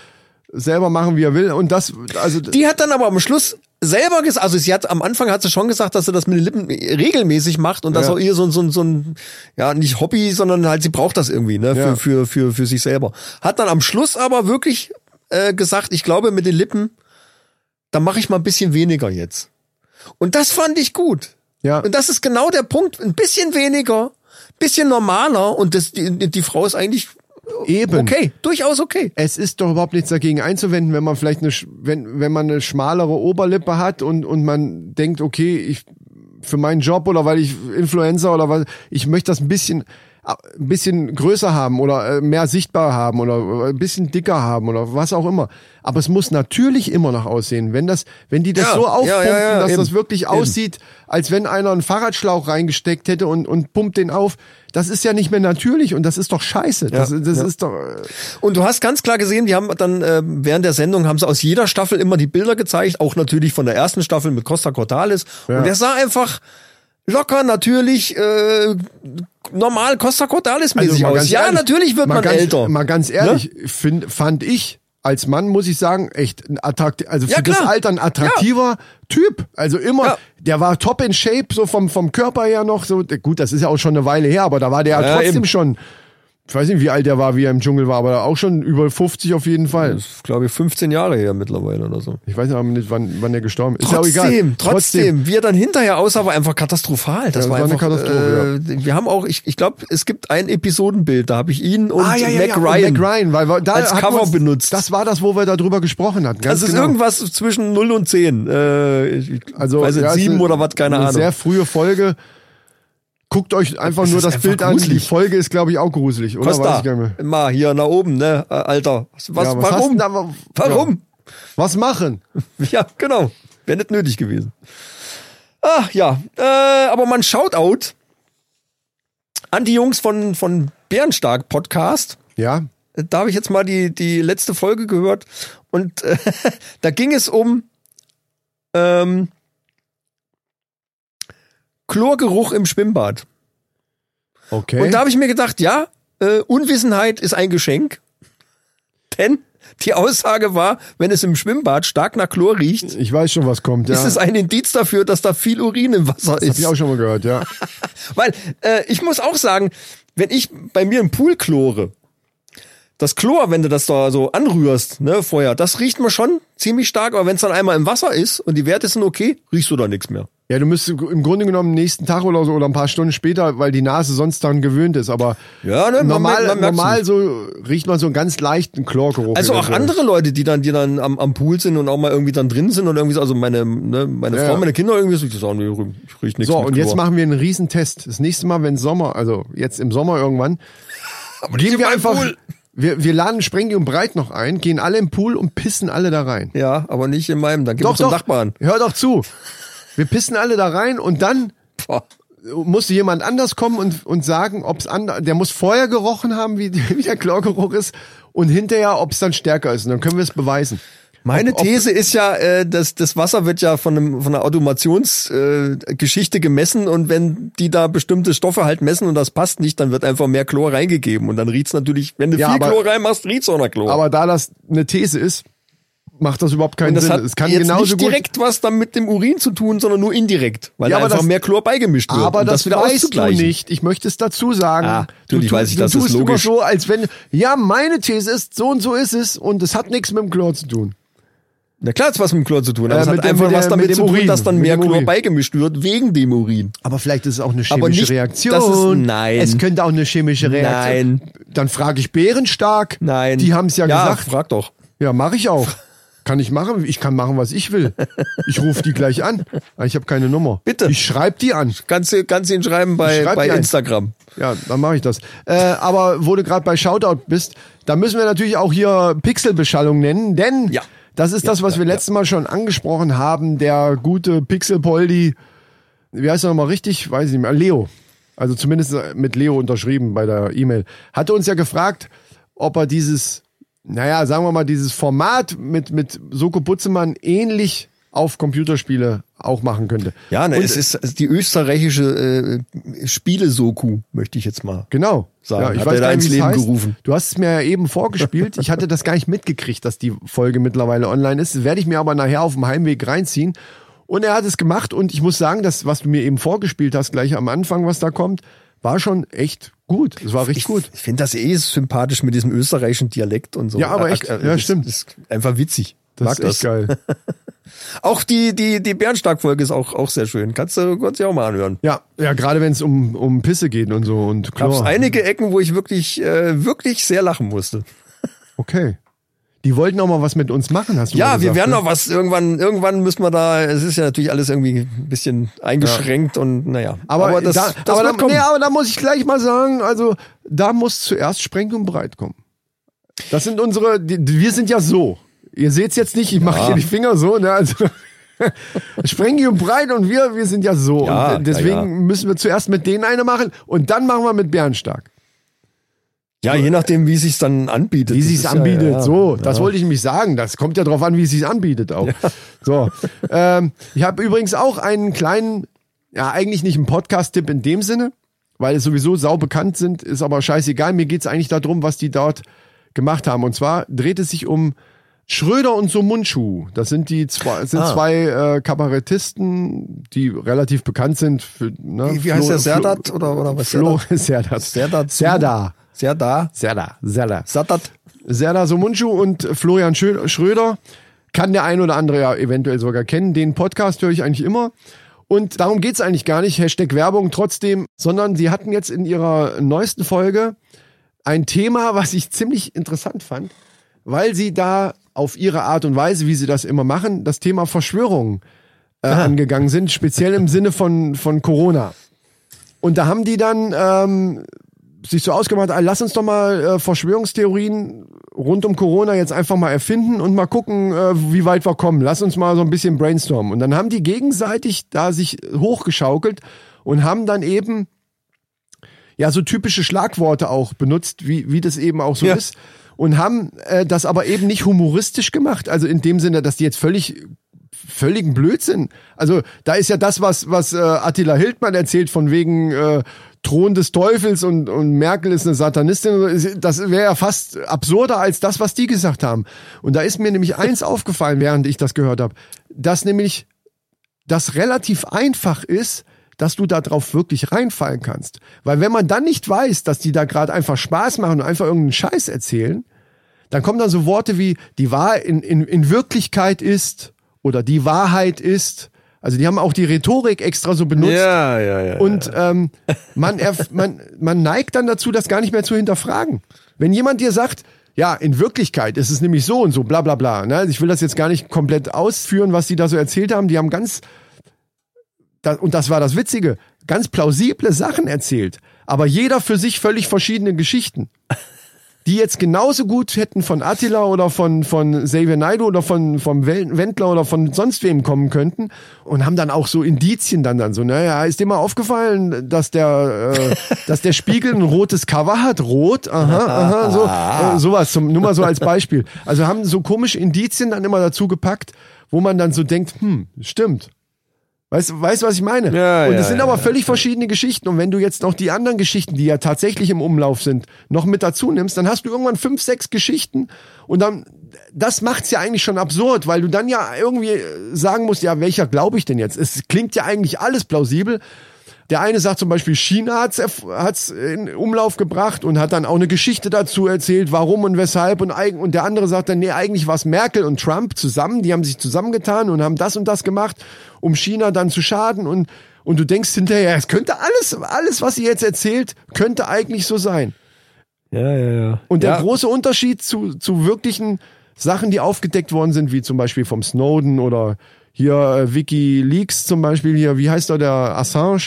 S2: selber machen, wie er will. Und das, also
S1: Die hat dann aber am Schluss selber gesagt, also sie hat am Anfang hat sie schon gesagt, dass sie das mit den Lippen regelmäßig macht und das
S2: Ja.
S1: auch ihr so, ein- so, ein- so ein, ja, nicht Hobby, sondern halt sie braucht das irgendwie, ne,
S2: Ja.
S1: für, für, für, für sich selber. Hat dann am Schluss aber wirklich äh, gesagt, ich glaube mit den Lippen, da mache ich mal ein bisschen weniger jetzt. Und das fand ich gut.
S2: Ja.
S1: Und das ist genau der Punkt, ein bisschen weniger, bisschen normaler und das, die, die Frau ist eigentlich
S2: eben.
S1: okay, durchaus okay.
S2: Es ist doch überhaupt nichts dagegen einzuwenden, wenn man vielleicht eine, sch- wenn, wenn man eine schmalere Oberlippe hat und, und man denkt, okay, ich für meinen Job oder weil ich Influencer oder was, ich möchte das ein bisschen ein bisschen größer haben oder äh, mehr sichtbar haben oder äh, ein bisschen dicker haben oder was auch immer. Aber es muss natürlich immer noch aussehen. Wenn das, wenn die das
S1: Ja,
S2: so
S1: ja,
S2: aufpumpen,
S1: ja, ja,
S2: dass das
S1: eben.
S2: wirklich aussieht, als wenn einer einen Fahrradschlauch reingesteckt hätte und, und pumpt den auf, das ist ja nicht mehr natürlich und das ist doch scheiße. Das, das ist doch. äh,
S1: Und du hast ganz klar gesehen, die haben dann äh, während der Sendung haben sie aus jeder Staffel immer die Bilder gezeigt, auch natürlich von der ersten Staffel mit Costa Cordalis.
S2: Ja.
S1: Und der sah einfach locker, natürlich, äh, normal Costa Cordalis-mäßig
S2: Also mal
S1: aus.
S2: ganz
S1: Ja,
S2: ehrlich,
S1: natürlich wird
S2: mal
S1: man
S2: ganz,
S1: älter. Ne?
S2: Mal ganz ehrlich, find, fand ich als Mann, muss ich sagen, echt ein attrakt, also für
S1: Ja,
S2: das
S1: klar.
S2: Alter ein attraktiver Typ. Also immer,
S1: Ja.
S2: der war top in shape, so vom, vom Körper her noch. So, gut, das ist ja auch schon eine Weile her, aber da war der ja,
S1: Ja,
S2: trotzdem
S1: eben.
S2: schon. Ich weiß nicht, wie alt der war, wie er im Dschungel war, aber auch schon über 50 auf jeden Fall.
S1: das ist, glaube ich, 15 Jahre her mittlerweile oder so.
S2: Ich weiß aber nicht, wann, wann der gestorben ist. ist
S1: Trotzdem,
S2: ja auch egal.
S1: trotzdem, wie er dann hinterher aussah, war einfach katastrophal. Das
S2: Ja,
S1: war,
S2: das war eine
S1: einfach,
S2: Katastrophe,
S1: äh, Wir haben auch, ich, ich glaube, es gibt ein Episodenbild, da habe ich ihn und
S2: Ah, ja, ja,
S1: Mac
S2: ja, und
S1: Ryan.
S2: Mac Ryan weil wir, da
S1: als
S2: hatten wir
S1: Cover
S2: uns,
S1: benutzt.
S2: Das war das, wo wir darüber gesprochen hatten. Ganz
S1: Das Also ist
S2: genau.
S1: irgendwas zwischen 0 und 10. Äh, ich,
S2: Also
S1: weiß nicht,
S2: ja,
S1: 7
S2: ist eine-
S1: oder was, keine
S2: eine
S1: Ahnung.
S2: Sehr frühe Folge. guckt euch einfach
S1: Es
S2: nur
S1: ist
S2: das
S1: einfach
S2: Bild an. Die
S1: gruselig.
S2: Folge ist, glaube ich, auch gruselig, oder? Weiß
S1: Costa,
S2: ich gar nicht mehr.
S1: mal hier nach oben, ne, äh, Alter. Was, was,
S2: Ja, was hast
S1: warum?
S2: denn da-
S1: warum?
S2: Was machen?
S1: Ja, genau. Wäre nicht nötig gewesen. Ach ja, äh, aber man Shoutout an die Jungs von, von Bärenstark Podcast.
S2: Ja,
S1: Da habe ich jetzt mal die, die letzte Folge gehört und äh, (laughs) da ging es um ähm, Chlorgeruch im Schwimmbad.
S2: okay.
S1: Und da habe ich mir gedacht, ja, äh, Unwissenheit ist ein Geschenk. Denn die Aussage war, wenn es im Schwimmbad stark nach Chlor riecht,
S2: ich weiß schon, was kommt. Ja.
S1: ist es ein Indiz dafür, dass da viel Urin im Wasser
S2: Hab
S1: ist.
S2: ich auch schon mal gehört, ja.
S1: Weil äh, ich muss auch sagen, wenn ich bei mir im Pool chlore, das Chlor, wenn du das da so anrührst, ne, vorher, das riecht man schon ziemlich stark, aber wenn es dann einmal im Wasser ist und die Werte sind okay, riechst du da nichts mehr.
S2: Ja, du müsstest im Grunde genommen nächsten Tag oder so oder ein paar Stunden später, weil die Nase sonst daran gewöhnt ist. Aber
S1: Ja, ne, man
S2: normal,
S1: merkt- man merkt's
S2: normal so riecht man so einen ganz leichten Chlorgeruch.
S1: Also auch
S2: eventuell.
S1: andere Leute, die dann, die dann am, am Pool sind und auch mal irgendwie dann drin sind und irgendwie, so- also meine, ne, meine
S2: Ja,
S1: Frau,
S2: ja.
S1: meine Kinder irgendwie so, ich sagen, nee, ich riech nichts
S2: So,
S1: mit
S2: und jetzt
S1: Chlor.
S2: machen wir einen Riesentest. Das nächste Mal, wenn Sommer, also jetzt im Sommer irgendwann,
S1: (laughs) Aber
S2: gehen wir
S1: im
S2: einfach,
S1: Pool.
S2: wir, wir laden Sprengi und Breit noch ein, gehen alle im Pool und pissen alle da rein.
S1: Ja, aber nicht in meinem, dann gib
S2: Doch,
S1: uns zum
S2: doch,
S1: Nachbarn.
S2: hör doch zu. Wir pissen alle da rein und dann
S1: Boah.
S2: musste jemand anders kommen und, und sagen, ob's ander, der muss vorher gerochen haben, wie, (laughs) wie der Chlorgeruch ist und hinterher, ob's dann stärker ist. Und dann können wir es beweisen.
S1: Meine
S2: Ob- ob-
S1: These ist ja, äh, dass das Wasser wird ja von, einem, von einer Automationsgeschichte äh, Geschichte gemessen und wenn die da bestimmte Stoffe halt messen und das passt nicht, dann wird einfach mehr Chlor reingegeben und dann riecht's natürlich, wenn du
S2: Ja,
S1: viel
S2: aber-
S1: Chlor reinmachst, riecht's auch nach Chlor.
S2: Aber da das eine These ist, macht das überhaupt keinen
S1: und das
S2: Sinn.
S1: hat
S2: es kann
S1: jetzt
S2: genauso
S1: nicht
S2: gut.
S1: direkt was dann mit dem Urin zu tun, sondern nur indirekt, weil da
S2: Ja, aber
S1: einfach
S2: das-
S1: mehr Chlor beigemischt wird.
S2: Aber
S1: um
S2: das, weißt du
S1: auszugleichen.
S2: nicht. Ich möchte es dazu sagen.
S1: Ah, natürlich
S2: tu-
S1: weiß ich,
S2: du
S1: das ist
S2: tust immer
S1: logisch.
S2: so, als wenn, ja, meine These ist, so und so ist es und es hat nichts mit dem Chlor zu tun.
S1: Na klar, hat's was mit dem Chlor zu tun, aber
S2: Äh,
S1: es hat
S2: mit der-
S1: einfach
S2: mit der-
S1: was damit
S2: mit dem
S1: zu tun,
S2: Urin.
S1: dass dann
S2: Mit
S1: mehr
S2: dem
S1: Chlor
S2: Urin.
S1: beigemischt wird wegen dem Urin.
S2: Aber vielleicht ist es auch eine chemische
S1: Aber nicht-
S2: Reaktion.
S1: das ist- nein.
S2: Es könnte auch eine chemische Reaktion.
S1: Nein.
S2: Dann frage ich Bärenstark.
S1: Nein.
S2: Die haben es ja, gesagt.
S1: frag doch.
S2: Ja, mache ich auch. Kann ich machen. Ich kann machen, was ich will. Ich rufe die gleich an. Aber Ich habe keine Nummer.
S1: Bitte.
S2: Ich schreibe die an.
S1: Kannst du kannst ihn schreiben bei,
S2: Ich schreib
S1: bei
S2: dir ein.
S1: Instagram.
S2: Ja, dann mache ich das. Äh, aber wo du gerade bei Shoutout bist, da müssen wir natürlich auch hier Pixelbeschallung nennen, denn
S1: Ja.
S2: das ist das, was wir letztes Mal schon angesprochen haben. Der gute Pixelpoldi, wie heißt er nochmal richtig? Weiß ich nicht mehr. Leo. Also zumindest mit Leo unterschrieben bei der E-Mail. Hatte uns ja gefragt, ob er dieses, naja, sagen wir mal, dieses Format mit, mit Soko Butzemann ähnlich auf Computerspiele auch machen könnte.
S1: Ja, ne, es ist die österreichische äh, Spiele-Soku, möchte ich jetzt mal.
S2: Genau.
S1: sagen.
S2: Ja, ich
S1: Hat
S2: weiß
S1: er
S2: gar
S1: da ins
S2: nicht, wie es
S1: Leben
S2: heißt.
S1: gerufen.
S2: Du hast es mir ja eben vorgespielt. Ich hatte das gar nicht mitgekriegt, dass die Folge mittlerweile online ist. Das werde ich mir aber nachher auf dem Heimweg reinziehen. Und er hat es gemacht und ich muss sagen, das, was du mir eben vorgespielt hast, gleich am Anfang, was da kommt, war schon echt gut. Es war richtig
S1: Ich,
S2: gut.
S1: ich finde das eh sympathisch mit diesem österreichischen Dialekt und so. Äh,
S2: Ja, aber echt. Ja,
S1: das
S2: stimmt.
S1: Ist einfach witzig.
S2: Das
S1: Mag
S2: ist echt
S1: (laughs)
S2: geil.
S1: Auch die, die, die Bernstark-Folge ist auch, auch sehr schön. Kannst du kannst ja auch mal anhören.
S2: Ja, ja, gerade wenn es um, um Pisse geht und so und
S1: Gab es
S2: Chlor.
S1: einige Ecken, wo ich wirklich, äh, wirklich sehr lachen musste.
S2: Okay. Die wollten auch mal was mit uns machen, hast du
S1: Ja,
S2: mal gesagt,
S1: wir werden
S2: ne?
S1: noch was. Irgendwann, irgendwann müssen wir da. Es ist ja natürlich alles irgendwie ein bisschen eingeschränkt und naja.
S2: Aber,
S1: das,
S2: da,
S1: das
S2: aber,
S1: wird
S2: da,
S1: kommen.
S2: nee, aber da muss ich gleich mal sagen, also da muss zuerst Sprengt und Breit kommen. Das sind unsere, die, die- wir sind ja so. Ihr seht's jetzt nicht, ich mache hier die Finger so, ne? Also (laughs) Sprengi und Breit und wir, wir sind ja so.
S1: Ja,
S2: und deswegen
S1: ja, ja.
S2: müssen wir zuerst mit denen eine machen und dann machen wir mit Bärenstark.
S1: ja, je nachdem, wie sich's dann anbietet.
S2: Wie
S1: Das
S2: sich's
S1: ist ja-
S2: anbietet.
S1: ja, ja.
S2: So, das wollte ich nämlich sagen. Das kommt ja drauf an, wie sich's anbietet auch. So, ähm, ich habe übrigens auch einen kleinen, ja eigentlich nicht einen Podcast-Tipp in dem Sinne, weil es sowieso sau bekannt sind, ist aber scheißegal. Mir geht's eigentlich darum, was die dort gemacht haben. Und zwar dreht es sich um Schröder und so Mundschuh. Das sind die zwei, das sind
S1: Ah.
S2: zwei äh, Kabarettisten, die relativ bekannt sind. Für, ne,
S1: Wie- wie heißt der? Serdat oder- oder was?
S2: Flo, (laughs) Serdat.
S1: Serdat.
S2: Serda.
S1: Sehr da.
S2: Serda. Serda.
S1: Sattert.
S2: Serdar Somuncu und Florian Schö- Schröder kann der ein oder andere ja eventuell sogar kennen. Den Podcast höre ich eigentlich immer. Und darum geht's eigentlich gar nicht, Hashtag Werbung trotzdem, sondern sie hatten jetzt in ihrer neuesten Folge ein Thema, was ich ziemlich interessant fand, weil sie da auf ihre Art und Weise, wie sie das immer machen, das Thema Verschwörungen äh, angegangen sind, speziell im Sinne von, von Corona. Und da haben die dann ähm, sich so ausgemacht, ah, lass uns doch mal äh, Verschwörungstheorien rund um Corona jetzt einfach mal erfinden und mal gucken, äh, wie weit wir kommen. Lass uns mal so ein bisschen brainstormen. Und dann haben die gegenseitig da sich hochgeschaukelt und haben dann eben ja so typische Schlagworte auch benutzt, wie, wie das eben auch so
S1: Ja.
S2: ist. Und haben äh, das aber eben nicht humoristisch gemacht, also in dem Sinne, dass die jetzt völlig völligen Blödsinn. Also da ist ja das, was, was äh, Attila Hildmann erzählt von wegen äh, Thron des Teufels und, und Merkel ist eine Satanistin. Das wäre ja fast absurder als das, was die gesagt haben. Und da ist mir nämlich eins aufgefallen, während ich das gehört habe, dass nämlich das relativ einfach ist, dass du da drauf wirklich reinfallen kannst. Weil wenn man dann nicht weiß, dass die da gerade einfach Spaß machen und einfach irgendeinen Scheiß erzählen, dann kommen dann so Worte wie die Wahrheit in, in, in Wirklichkeit ist oder die Wahrheit ist. Also die haben auch die Rhetorik extra so benutzt.
S1: Ja, ja, ja.
S2: Und ähm, man, erf- man, man neigt dann dazu, das gar nicht mehr zu hinterfragen. Wenn jemand dir sagt, ja, in Wirklichkeit ist es nämlich so und so, bla bla bla. Ne? Also Ich will das jetzt gar nicht komplett ausführen, was die da so erzählt haben. Die haben ganz, da- und das war das Witzige, ganz plausible Sachen erzählt. Aber jeder für sich völlig verschiedene Geschichten. Die jetzt genauso gut hätten von Attila oder von, von Xavier Naidoo oder von, vom Wel- Wendler oder von sonst wem kommen könnten und haben dann auch so Indizien dann dann so, naja, ist dir mal aufgefallen, dass der, äh, dass der Spiegel ein rotes Cover hat, rot, aha, aha, so, äh, sowas, zum, nur mal so als Beispiel. Also haben so komische Indizien dann immer dazu gepackt, wo man dann so denkt, hm, stimmt, Weißt du, weißt, du, was ich meine?
S1: Ja,
S2: und
S1: ja,
S2: es sind
S1: ja,
S2: aber völlig verschiedene Geschichten. Und wenn du jetzt noch die anderen Geschichten, die ja tatsächlich im Umlauf sind, noch mit dazu nimmst, dann hast du irgendwann fünf, sechs Geschichten. Und dann, das macht's ja eigentlich schon absurd, weil du dann ja irgendwie äh, sagen musst, ja, welcher glaube ich denn jetzt? Es klingt ja eigentlich alles plausibel. Der eine sagt zum Beispiel, China hat's, erf- hat's in Umlauf gebracht und hat dann auch eine Geschichte dazu erzählt, warum und weshalb. Und, eig- und der andere sagt dann, nee, eigentlich war's Merkel und Trump zusammen, die haben sich zusammengetan und haben das und das gemacht, um China dann zu schaden. Und, und du denkst hinterher, es könnte alles, alles, was ihr jetzt erzählt, könnte eigentlich so sein.
S1: Ja, ja, ja.
S2: Und der
S1: ja.
S2: große Unterschied zu, zu wirklichen Sachen, die aufgedeckt worden sind, wie zum Beispiel vom Snowden oder hier äh, WikiLeaks zum Beispiel, hier, wie heißt da der Assange?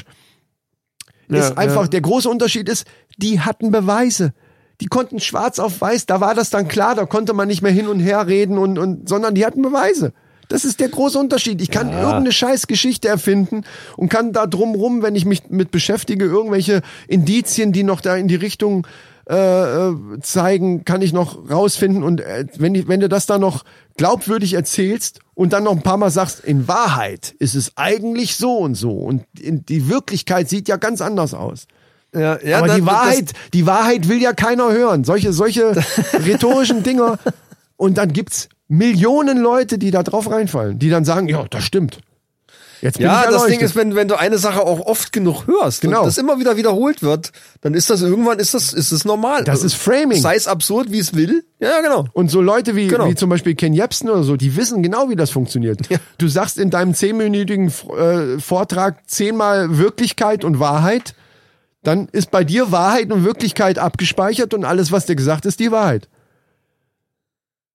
S1: Ja,
S2: ist einfach,
S1: ja.
S2: der große Unterschied ist, die hatten Beweise. Die konnten schwarz auf weiß, da war das dann klar, da konnte man nicht mehr hin und her reden und, und sondern die hatten Beweise. Das ist der große Unterschied. Ich kann irgendeine Scheißgeschichte erfinden und kann da drumrum, wenn ich mich mit beschäftige, irgendwelche Indizien, die noch da in die Richtung äh, äh, zeigen, kann ich noch rausfinden. Und äh, wenn, die, wenn du das dann noch glaubwürdig erzählst und dann noch ein paar Mal sagst, in Wahrheit ist es eigentlich so und so. Und in, die Wirklichkeit sieht ja ganz anders aus.
S1: Ja, ja,
S2: Aber
S1: das-
S2: die Wahrheit, die Wahrheit will ja keiner hören.
S1: (laughs)
S2: Solche, solche rhetorischen Dinger. Und dann gibt's Millionen Leute, die da drauf reinfallen, die dann sagen, ja, das stimmt. Jetzt bin
S1: Ja,
S2: ich
S1: das Ding
S2: erleuchtet.
S1: ist, wenn, wenn du eine Sache auch oft genug hörst
S2: Genau.
S1: und das immer wieder wiederholt wird, dann ist das irgendwann ist das ist das normal.
S2: Das ist Framing.
S1: Sei es absurd, wie es will. Ja, genau.
S2: Und so Leute wie,
S1: Genau.
S2: wie zum Beispiel Ken Jebsen oder so, die wissen genau, wie das funktioniert. Du sagst in deinem zehnminütigen äh, Vortrag zehnmal Wirklichkeit und Wahrheit, dann ist bei dir Wahrheit und Wirklichkeit abgespeichert und alles, was dir gesagt ist, die Wahrheit.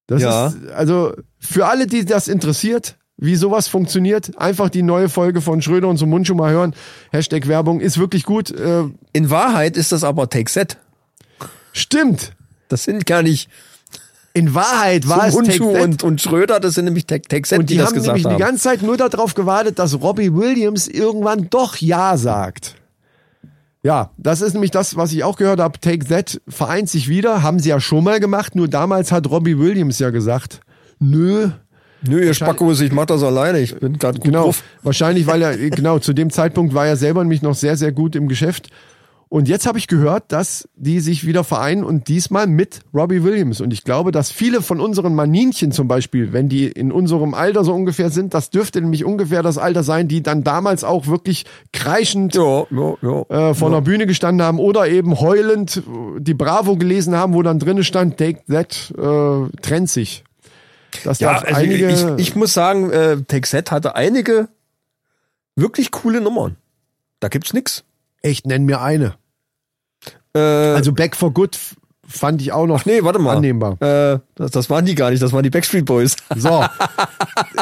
S2: Das
S1: Ja.
S2: ist, also für alle, die das interessiert, wie sowas funktioniert, einfach die neue Folge von Schröder und so Mund schon mal hören. Hashtag Werbung ist wirklich gut. Äh,
S1: In Wahrheit ist das aber Take Set.
S2: stimmt.
S1: Das sind gar nicht
S2: In Wahrheit war es Take
S1: Unzu
S2: That.
S1: und, und Schröder, das sind nämlich Take, Take Set,
S2: Und die,
S1: das
S2: haben
S1: gesagt
S2: nämlich
S1: haben.
S2: die ganze Zeit nur darauf gewartet, dass Robbie Williams irgendwann doch Ja sagt. Ja, das ist nämlich das, was ich auch gehört habe. Take That vereint sich wieder, haben sie ja schon mal gemacht, nur damals hat Robbie Williams ja gesagt, nö,
S1: Nö, ihr Spackos, ich mach das alleine. Ich bin gerade gut
S2: genau,
S1: drauf.
S2: wahrscheinlich, weil er, genau, zu dem Zeitpunkt war er selber nämlich noch sehr, sehr gut im Geschäft. Und jetzt habe ich gehört, dass die sich wieder vereinen und diesmal mit Robbie Williams. Und ich glaube, dass viele von unseren Maninchen zum Beispiel, wenn die in unserem Alter so ungefähr sind, das dürfte nämlich ungefähr das Alter sein, die dann damals auch wirklich kreischend
S1: Ja, ja, ja.
S2: äh, vor einer Bühne gestanden haben oder eben heulend äh, die Bravo gelesen haben, wo dann drinne stand, Take That äh, trennt sich. Das
S1: ja,
S2: darf
S1: also
S2: einige
S1: ich, ich muss sagen, äh, Take Set hatte einige wirklich coole Nummern. Da gibt's nix.
S2: echt nenn mir eine.
S1: Äh,
S2: Also Back for Good f- fand ich auch noch
S1: Nee, warte mal.
S2: annehmbar.
S1: Äh, das, das waren die gar nicht, das waren die Backstreet (laughs) Boys.
S2: So,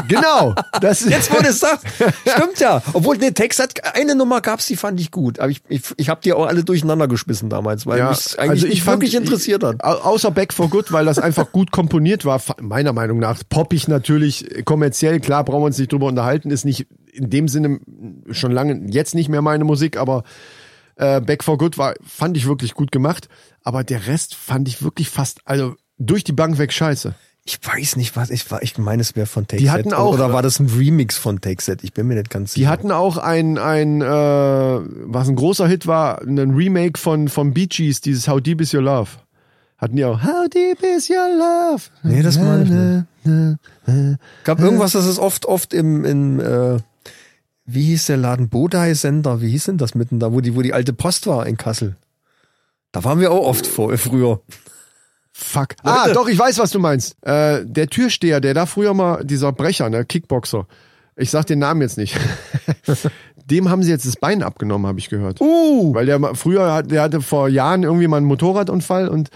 S2: genau. Das
S1: Jetzt, wo du es sagst, (laughs) stimmt ja. Obwohl, ne, Tex hat eine Nummer gab's, die fand ich gut. Aber ich, ich, ich habe die auch alle durcheinander geschmissen damals, weil
S2: Ja,
S1: mich eigentlich nicht wirklich interessiert hat.
S2: (laughs) au- Außer Back for Good, weil das einfach gut komponiert war, fa- meiner Meinung nach. Poppig natürlich, äh, kommerziell, klar brauchen wir uns nicht drüber unterhalten, ist nicht in dem Sinne mh, schon lange, jetzt nicht mehr meine Musik, aber äh, Back for Good war, fand ich wirklich gut gemacht. Aber der Rest fand ich wirklich fast, also durch die Bank weg scheiße.
S1: Ich weiß nicht, was ich war. Ich meine, es wäre von Texet.
S2: Die hatten auch-
S1: Oder war das ein Remix von Texet? Ich bin mir nicht ganz
S2: Die hatten auch ein, ein äh, was ein großer Hit war, ein Remake von, von Bee Gees, dieses How Deep Is Your Love. Hatten die auch How Deep Is Your Love.
S1: Nee, das meine ich nicht. Gab irgendwas, das ist oft, oft im, im äh, wie hieß der Laden? Bodai-Sender, wie hieß denn das mitten da, wo die, wo die alte Post war in Kassel? Da waren wir auch oft vor, äh, früher.
S2: Fuck. Ah, doch, ich weiß, was du meinst. Äh, der Türsteher, der da früher mal, dieser Brecher, ne, Kickboxer. Ich sag den Namen jetzt nicht. Dem haben sie jetzt das Bein abgenommen, habe ich gehört.
S1: Uh!
S2: Weil der mal- früher, hat- der hatte vor Jahren irgendwie mal einen Motorradunfall und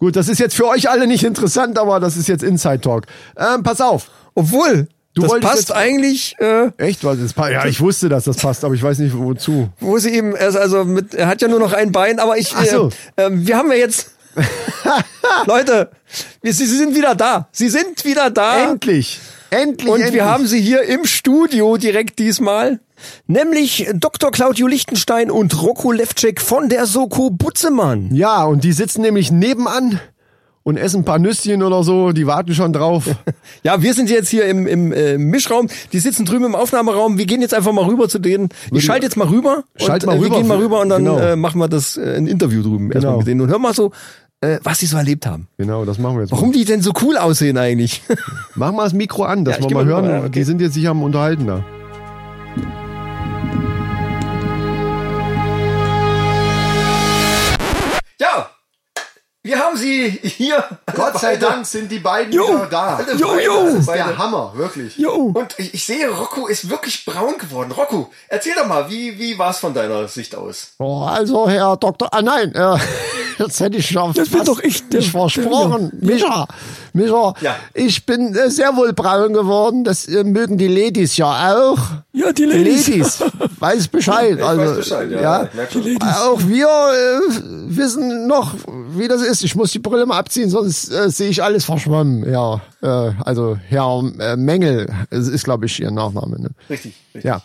S2: gut, das ist jetzt für euch alle nicht interessant, aber das ist jetzt Inside Talk. Ähm, pass auf.
S1: Obwohl,
S2: Du
S1: das
S2: wolltest
S1: passt
S2: jetzt-
S1: eigentlich, äh,
S2: Echt? Was, das pa- ja, ich wusste, dass das passt, aber ich weiß nicht, wozu.
S1: wo sie eben, er ist also mit, er hat ja nur noch ein Bein, aber ich,
S2: Ach so.
S1: äh, ähm, wir haben ja
S2: (laughs)
S1: jetzt, Leute, wir, sie, sie sind wieder da. Sie sind wieder da.
S2: Ah. Endlich! Endlich!
S1: Und
S2: endlich.
S1: wir haben sie hier im Studio direkt diesmal. Nämlich Dr. Claudio Lichtenstein und Rocco Levcek von der Soko Butzemann.
S2: Ja, und die sitzen nämlich nebenan und essen ein paar Nüsschen oder so, die warten schon (laughs) drauf.
S1: Ja, wir sind jetzt hier im, im äh, Mischraum. Die sitzen drüben im Aufnahmeraum. Wir gehen jetzt einfach mal rüber zu denen. Ich schalte jetzt mal rüber.
S2: Schalt
S1: und,
S2: mal
S1: äh,
S2: rüber.
S1: Wir gehen mal rüber und dann
S2: Genau.
S1: äh, machen wir das äh, ein Interview drüben erstmal
S2: Genau.
S1: mit denen. Und hör mal so, äh, was die so erlebt haben.
S2: Genau, das machen wir jetzt.
S1: Warum die denn so cool aussehen eigentlich? (laughs)
S2: Machen wir das Mikro an, dass
S1: Ja, ich
S2: wir
S1: geh
S2: mal
S1: mal
S2: hören.
S1: rüber, ja, okay.
S2: Die sind jetzt sicher am Unterhalten da.
S1: ja, wir haben sie hier.
S2: Gott sei Dank sind die beiden
S1: Jo. wieder da. Jo, Beide, jo. das ist der Beide.
S2: Hammer, wirklich.
S1: Jo.
S4: Und ich, ich sehe, Rocco ist wirklich braun geworden. Rocco, erzähl doch mal, wie, wie war es von deiner Sicht aus?
S2: Oh, also, Herr Doktor, ah nein, äh, (laughs) jetzt hätte ich schon das
S1: bin doch ich, der-
S2: nicht versprochen. Micha, Micha,
S4: Ja.
S2: ich bin äh, sehr wohl braun geworden, das äh, mögen die Ladies ja auch.
S1: Ja, die
S2: Die
S1: Ladies.
S2: Ladies, weiß Bescheid. also,
S4: na klar.
S2: Auch wir äh, wissen noch, wie das ist. Ich muss die Brille mal abziehen, sonst äh, sehe ich alles verschwommen. Ja, äh, also Herr äh, Mengel ist, ist glaube ich, Ihr Nachname. Ne?
S4: Richtig. richtig.
S2: Ja.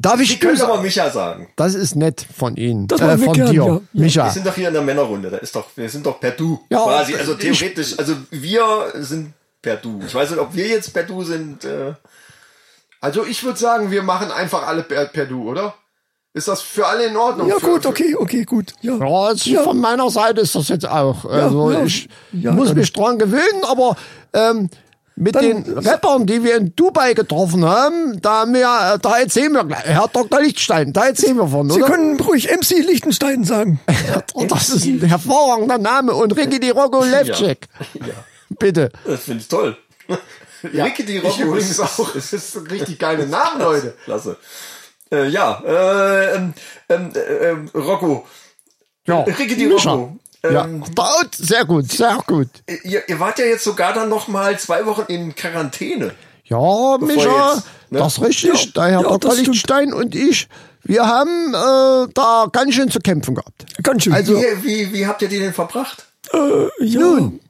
S2: Darf ich
S4: Ich könnte
S2: Grüße?
S4: aber Micha sagen.
S2: Das ist nett von Ihnen.
S5: Das
S2: äh,
S5: machen wir
S2: von
S5: gern,
S2: dir,
S5: ja.
S2: Micha.
S4: Wir sind doch hier in der Männerrunde. Da ist doch, wir sind doch per Du.
S2: Ja,
S4: quasi.
S2: ich-
S4: Also theoretisch, also wir sind per Du. Ich weiß nicht, ob wir jetzt per Du sind. Äh,
S2: Also ich würde sagen, wir machen einfach alle per, per Du, oder? Ist das für alle in Ordnung?
S5: Ja, gut, okay, okay, gut. Ja.
S2: Ja, jetzt von meiner Seite ist das jetzt auch. Also
S5: ja.
S2: ich
S5: Ja,
S2: muss
S5: dann-
S2: mich dran gewöhnen, aber ähm, mit
S5: Dann-
S2: den Rappern, die wir in Dubai getroffen haben, da, haben wir, äh, da erzählen wir gleich. Herr Dr. Lichtstein, da erzählen wir von,
S5: Sie
S2: oder?
S5: können ruhig MC Lichtenstein
S2: (laughs)
S5: sagen.
S2: Oh, das ist ein hervorragender Name. Und Ricky Di Rocco Levcek. Bitte.
S4: das finde
S2: (laughs)
S4: ich toll. Ja, Rickety Rocco ist- (laughs)
S2: Es ist ein richtig geiler Name, Leute.
S4: Klasse. Äh, ja, äh, ähm, ähm, äh, ähm, Rocco.
S2: Ja.
S4: Rickety Rocco.
S2: Ja.
S4: Ähm,
S2: Da- Sehr gut, sehr gut.
S4: ihr, ihr wart ja jetzt sogar dann noch mal zwei Wochen in Quarantäne.
S2: Ja, Micha,
S4: jetzt, ne?
S2: das ist richtig. der Herr
S5: ja,
S2: Dr.
S5: das stimmt.
S2: Lichtstein und ich, wir haben äh, da ganz schön zu kämpfen gehabt.
S5: Ganz schön.
S2: Also,
S4: Wie, wie, wie habt ihr die denn verbracht?
S5: ja.
S2: nun,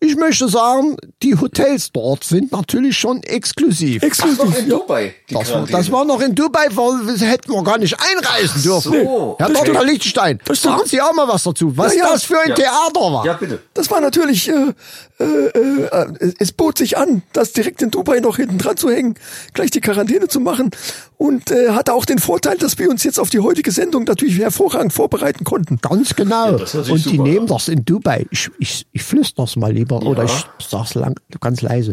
S2: ich möchte sagen, die Hotels dort sind natürlich schon exklusiv.
S4: Noch
S5: Exklusiv.
S4: in
S5: Ja.
S4: Dubai. Die
S2: das, war-
S4: Quarantäne.
S2: das war noch in Dubai, weil das hätten wir gar nicht einreisen dürfen.
S4: so.
S2: Herr
S5: Das
S2: Dr.
S5: stimmt.
S2: Lichtstein,
S5: Das stimmt.
S2: sagen Sie auch mal was dazu, was
S5: Ja, ja.
S2: das für ein
S4: Ja.
S2: Theater war.
S4: Ja, bitte.
S5: Das war natürlich, äh, äh, äh, es bot sich an, das direkt in Dubai noch hinten dran zu hängen, gleich die Quarantäne zu machen und äh, hatte auch den Vorteil, dass wir uns jetzt auf die heutige Sendung natürlich hervorragend vorbereiten konnten.
S2: Ganz genau.
S4: das hört sich
S2: und die
S4: super
S2: nehmen
S4: an.
S2: das in Dubai. Ich, ich, ich flüster's mal lieber oder ich sag's lang, ganz leise.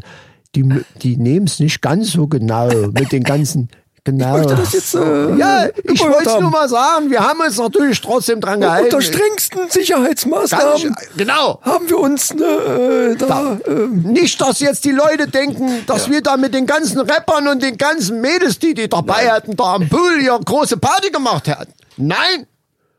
S2: Die, mö- die nehmen's nicht ganz so genau mit den ganzen. Genau.
S5: möchte das jetzt, äh,
S2: ja, ich
S5: überhört
S2: wollte
S5: haben.
S2: nur mal sagen, wir haben uns natürlich trotzdem dran gehalten.
S5: Unter strengsten
S2: Gar nicht,
S5: Sicherheitsmaßnahmen
S2: genau.
S5: haben wir uns ne, äh, da, äh,
S1: ähm.
S2: Nicht, dass jetzt die Leute denken, dass wir da mit den ganzen Rappern und den ganzen Mädels, die die dabei hatten, da am Pool ja große Party gemacht hätten. Nein,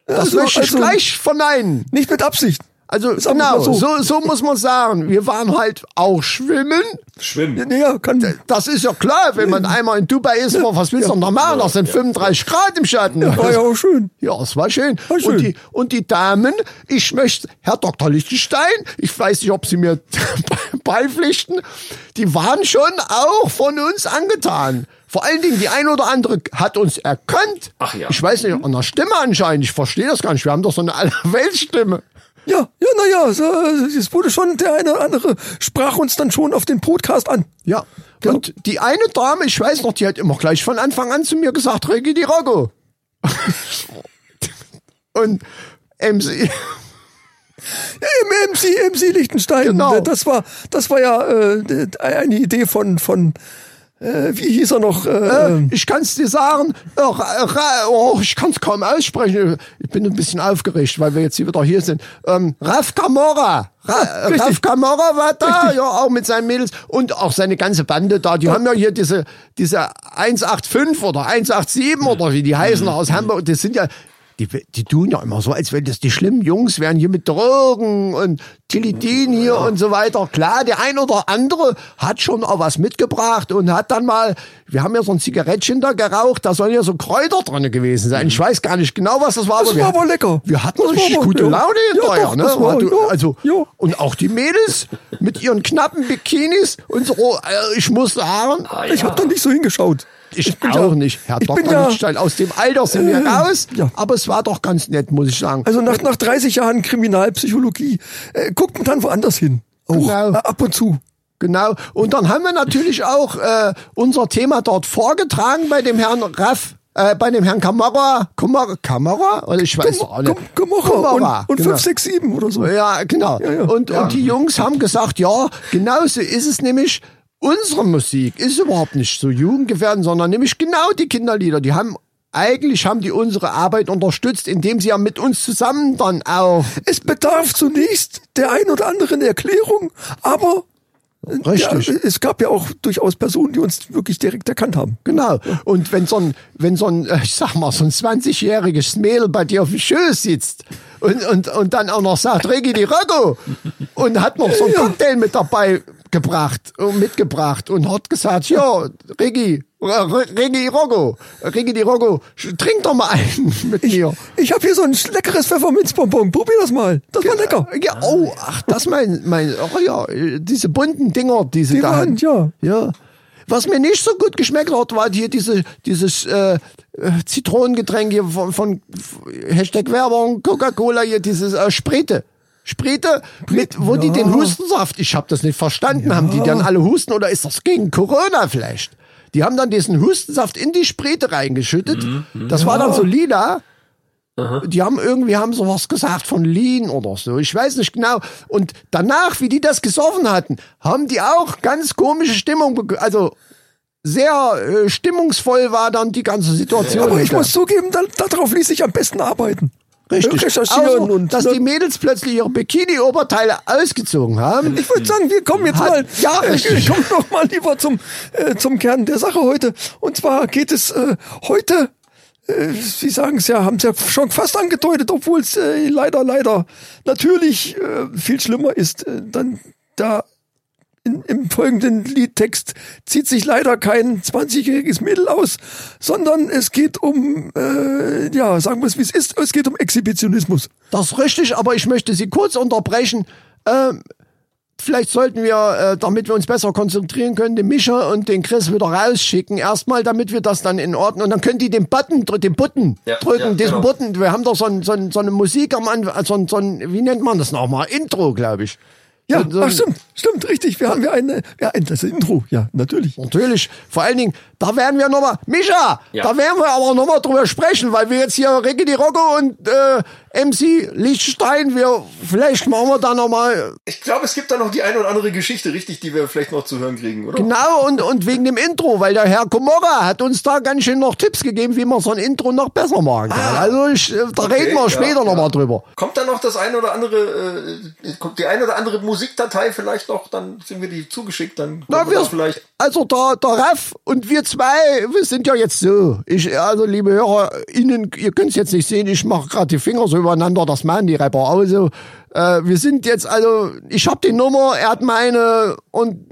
S2: das
S5: Also-
S2: möchte ich
S5: also-
S2: gleich verneinen.
S5: nicht mit Absicht.
S2: Also
S1: Sagen wir
S2: genau,
S1: mal so.
S2: so. So, muss man sagen. Wir waren halt auch schwimmen.
S4: Schwimmen.
S1: Naja, kann.
S2: Das ist ja klar, wenn man einmal in Dubai ist, was willst du noch machen? Das sind 35 Grad im Schatten. Also,
S1: War ja auch schön.
S2: Ja, es war schön.
S1: War schön.
S2: Und, die, und die Damen, ich möchte, Herr Dr. Lichtenstein, ich weiß nicht, ob Sie mir (laughs) beipflichten, die waren schon auch von uns angetan. Vor allen Dingen, die ein oder andere hat uns erkannt.
S4: Ach ja.
S2: Ich weiß nicht, an der Stimme anscheinend. Ich verstehe das gar nicht. Wir haben doch so eine (laughs) Allerweltstimme.
S1: Ja, ja, naja, es wurde schon der eine oder andere sprach uns dann schon auf den Podcast an.
S2: Ja. genau. Und die eine Dame, ich weiß noch, die hat immer gleich von Anfang an zu mir gesagt, Regi die Rocco. (laughs) und ähm, MC,
S1: Im MC, MC Lichtenstein.
S2: Genau.
S1: Äh, Das war, das war ja äh, eine Idee von, von äh, wie hieß er noch? Äh,
S2: Äh, (laughs) ich kann's dir sagen, oh, oh, ich kann's kaum aussprechen. Ich bin ein bisschen aufgeregt, weil wir jetzt hier wieder hier sind. Ähm, Raf Kamora. Ra äh,
S1: richtig.
S2: Raf Kamora war da, ja, auch mit seinen Mädels und auch seine ganze Bande da. Die haben ja hier diese, diese 185 oder 187 oder wie die heißen aus Hamburg. Das sind ja, die, die tun ja immer so, als wenn das die schlimmen Jungs wären hier mit Drogen und Tilidin hier und so weiter. Klar, der ein oder andere hat schon auch was mitgebracht und hat dann mal, wir haben ja so ein Zigarettchen da geraucht, da sollen ja so Kräuter dran gewesen sein. Ich weiß gar nicht genau, was das war.
S1: Mhm. das
S2: wir,
S1: war aber lecker.
S2: Wir hatten
S1: Das war
S2: richtig
S1: aber-
S2: gute
S1: ja.
S2: Laune
S1: Ja,
S2: hinterher.
S1: doch,
S2: ne?
S1: das war-
S2: Hat du-
S1: ja,
S2: also,
S1: ja.
S2: Und auch die Mädels mit ihren knappen Bikinis und so, äh, ich muss sagen,
S1: Ah, Ich habe da nicht so hingeschaut.
S2: ich,
S1: bin
S2: auch
S1: ja-
S2: nicht. Herr
S1: ich bin
S2: Dr.
S1: ja-
S2: Lichtstein, aus dem Alter sind wir
S1: Äh,
S2: raus.
S1: ja.
S2: Aber es war doch ganz nett, muss ich sagen.
S1: Also nach, nach 30 Jahren Kriminalpsychologie äh, guckt man dann woanders hin. Auch,
S2: Genau.
S1: äh, ab und zu.
S2: Genau. Und dann haben wir natürlich auch äh, unser Thema dort vorgetragen bei dem Herrn Raff. Äh, bei dem Herrn Kamara, Kamara, Kamara, oder ich weiß auch nicht.
S1: Komm, komm, Kamera. Und, und
S2: genau.
S1: 567 oder so.
S2: Ja, genau.
S1: ja.
S2: Und, und die Jungs haben gesagt, ja, genauso ist es nämlich. Unsere Musik ist überhaupt nicht so jugendgefährdend, sondern nämlich genau die Kinderlieder. Die haben, eigentlich haben die unsere Arbeit unterstützt, indem sie ja mit uns zusammen dann auch
S1: Es bedarf zunächst der ein oder anderen Erklärung, aber äh,
S2: Richtig.
S1: Ja, es gab ja auch durchaus Personen, die uns wirklich direkt erkannt haben.
S2: Genau. Und wenn so ein, wenn so ein, äh, ich sag mal, so ein 20-jähriges Mädel bei dir auf dem Schoß sitzt und, und, und dann auch noch sagt, Regi die Rocco und hat noch so einen Cocktail mit dabei gebracht, äh, mitgebracht und hat gesagt, ja, Regi, äh, Regi Rocco, Regi die Rocco, sch- trink doch mal einen (laughs) mit mir.
S1: Ich habe hier so ein leckeres Pfefferminzbonbon. Probier das mal. Das war lecker.
S2: Ja, oh, ach, das mein, mein, oh ja, äh, diese bunten Dinger, diese
S1: Die
S2: da.
S1: waren, ja.
S2: Ja. Was mir nicht so gut geschmeckt hat, war hier diese, dieses äh, äh, Zitronengetränk hier von, von Hashtag Werbung, Coca-Cola hier, dieses äh, Sprete. Sprete, mit, wo die den Hustensaft, ich habe das nicht verstanden, haben die dann alle Husten oder ist das gegen Corona vielleicht? Die haben dann diesen Hustensaft in die Sprete reingeschüttet.
S1: Mhm,
S2: Das war dann so lila. Die haben irgendwie haben so was gesagt von Lean oder so. Ich weiß nicht genau. Und danach, wie die das gesoffen hatten, haben die auch ganz komische Stimmung. bek- Also sehr äh, stimmungsvoll war dann die ganze Situation.
S1: Aber ich
S2: hinterher.
S1: muss zugeben, da, darauf ließ ich am besten arbeiten.
S2: richtig
S1: Recherchieren
S2: also,
S1: und ne,
S2: dass die Mädels plötzlich ihre Bikini-Oberteile ausgezogen haben.
S1: ich würde sagen, wir kommen jetzt
S2: Hat-
S1: mal,
S2: ja,
S1: äh, (laughs)
S2: richtig.
S1: kommen noch mal lieber zum äh, zum Kern der Sache heute. Und zwar geht es äh, heute, äh, Sie sagen es ja, haben es ja schon fast angedeutet, obwohl es äh, leider leider natürlich äh, viel schlimmer ist. Äh, dann da in, im folgenden Liedtext zieht sich leider kein 20-jähriges Mädel aus, sondern es geht um, äh, ja, sagen wir es wie es ist, es geht um Exhibitionismus.
S2: Das ist richtig, aber ich möchte Sie kurz unterbrechen. Ähm, vielleicht sollten wir, äh, damit wir uns besser konzentrieren können, den Mischa und den Chris wieder rausschicken. Erstmal, damit wir das dann in Ordnung. Und dann können die den Button, dr- den Button
S4: Ja,
S2: drücken,
S4: ja,
S2: diesen
S4: genau.
S2: Button. Wir haben doch so, ein, so, ein, so eine Musik am Anfang, so, ein- so ein, wie nennt man das nochmal? Intro, glaube ich.
S1: Ja,
S2: so, so ein-
S1: ach stimmt, stimmt, richtig. Wir haben ja eine, ja, ein- das Intro, ja, natürlich.
S2: Natürlich. Vor allen Dingen, da werden wir nochmal, Micha,
S4: Ja.
S2: da werden wir aber nochmal drüber sprechen, weil wir jetzt hier Ricky Di Rocco und äh, MC Lichtstein, wir, vielleicht machen wir da nochmal
S4: Ich glaube, es gibt da noch die eine oder andere Geschichte, richtig, die wir vielleicht noch zu hören kriegen, oder?
S2: Genau, und, und wegen dem Intro, weil der Herr Komorra hat uns da ganz schön noch Tipps gegeben, wie man so ein Intro noch besser machen kann. Also ich, äh, da reden wir
S4: Ah. ja,
S2: später
S4: ja.
S2: nochmal drüber.
S4: Kommt dann noch das eine oder andere, äh, kommt die eine oder andere Musikdatei vielleicht noch, dann sind wir die zugeschickt, dann
S2: Na,
S4: können wir
S2: wir,
S4: da vielleicht.
S2: also der, der Raff und wir zwei, wir sind ja jetzt so. Ich, also liebe HörerInnen, ihr könnt es jetzt nicht sehen, ich mache gerade die Finger so übereinander, das machen die Rapper. Also, äh, wir sind jetzt, also, ich hab die Nummer, er hat meine und,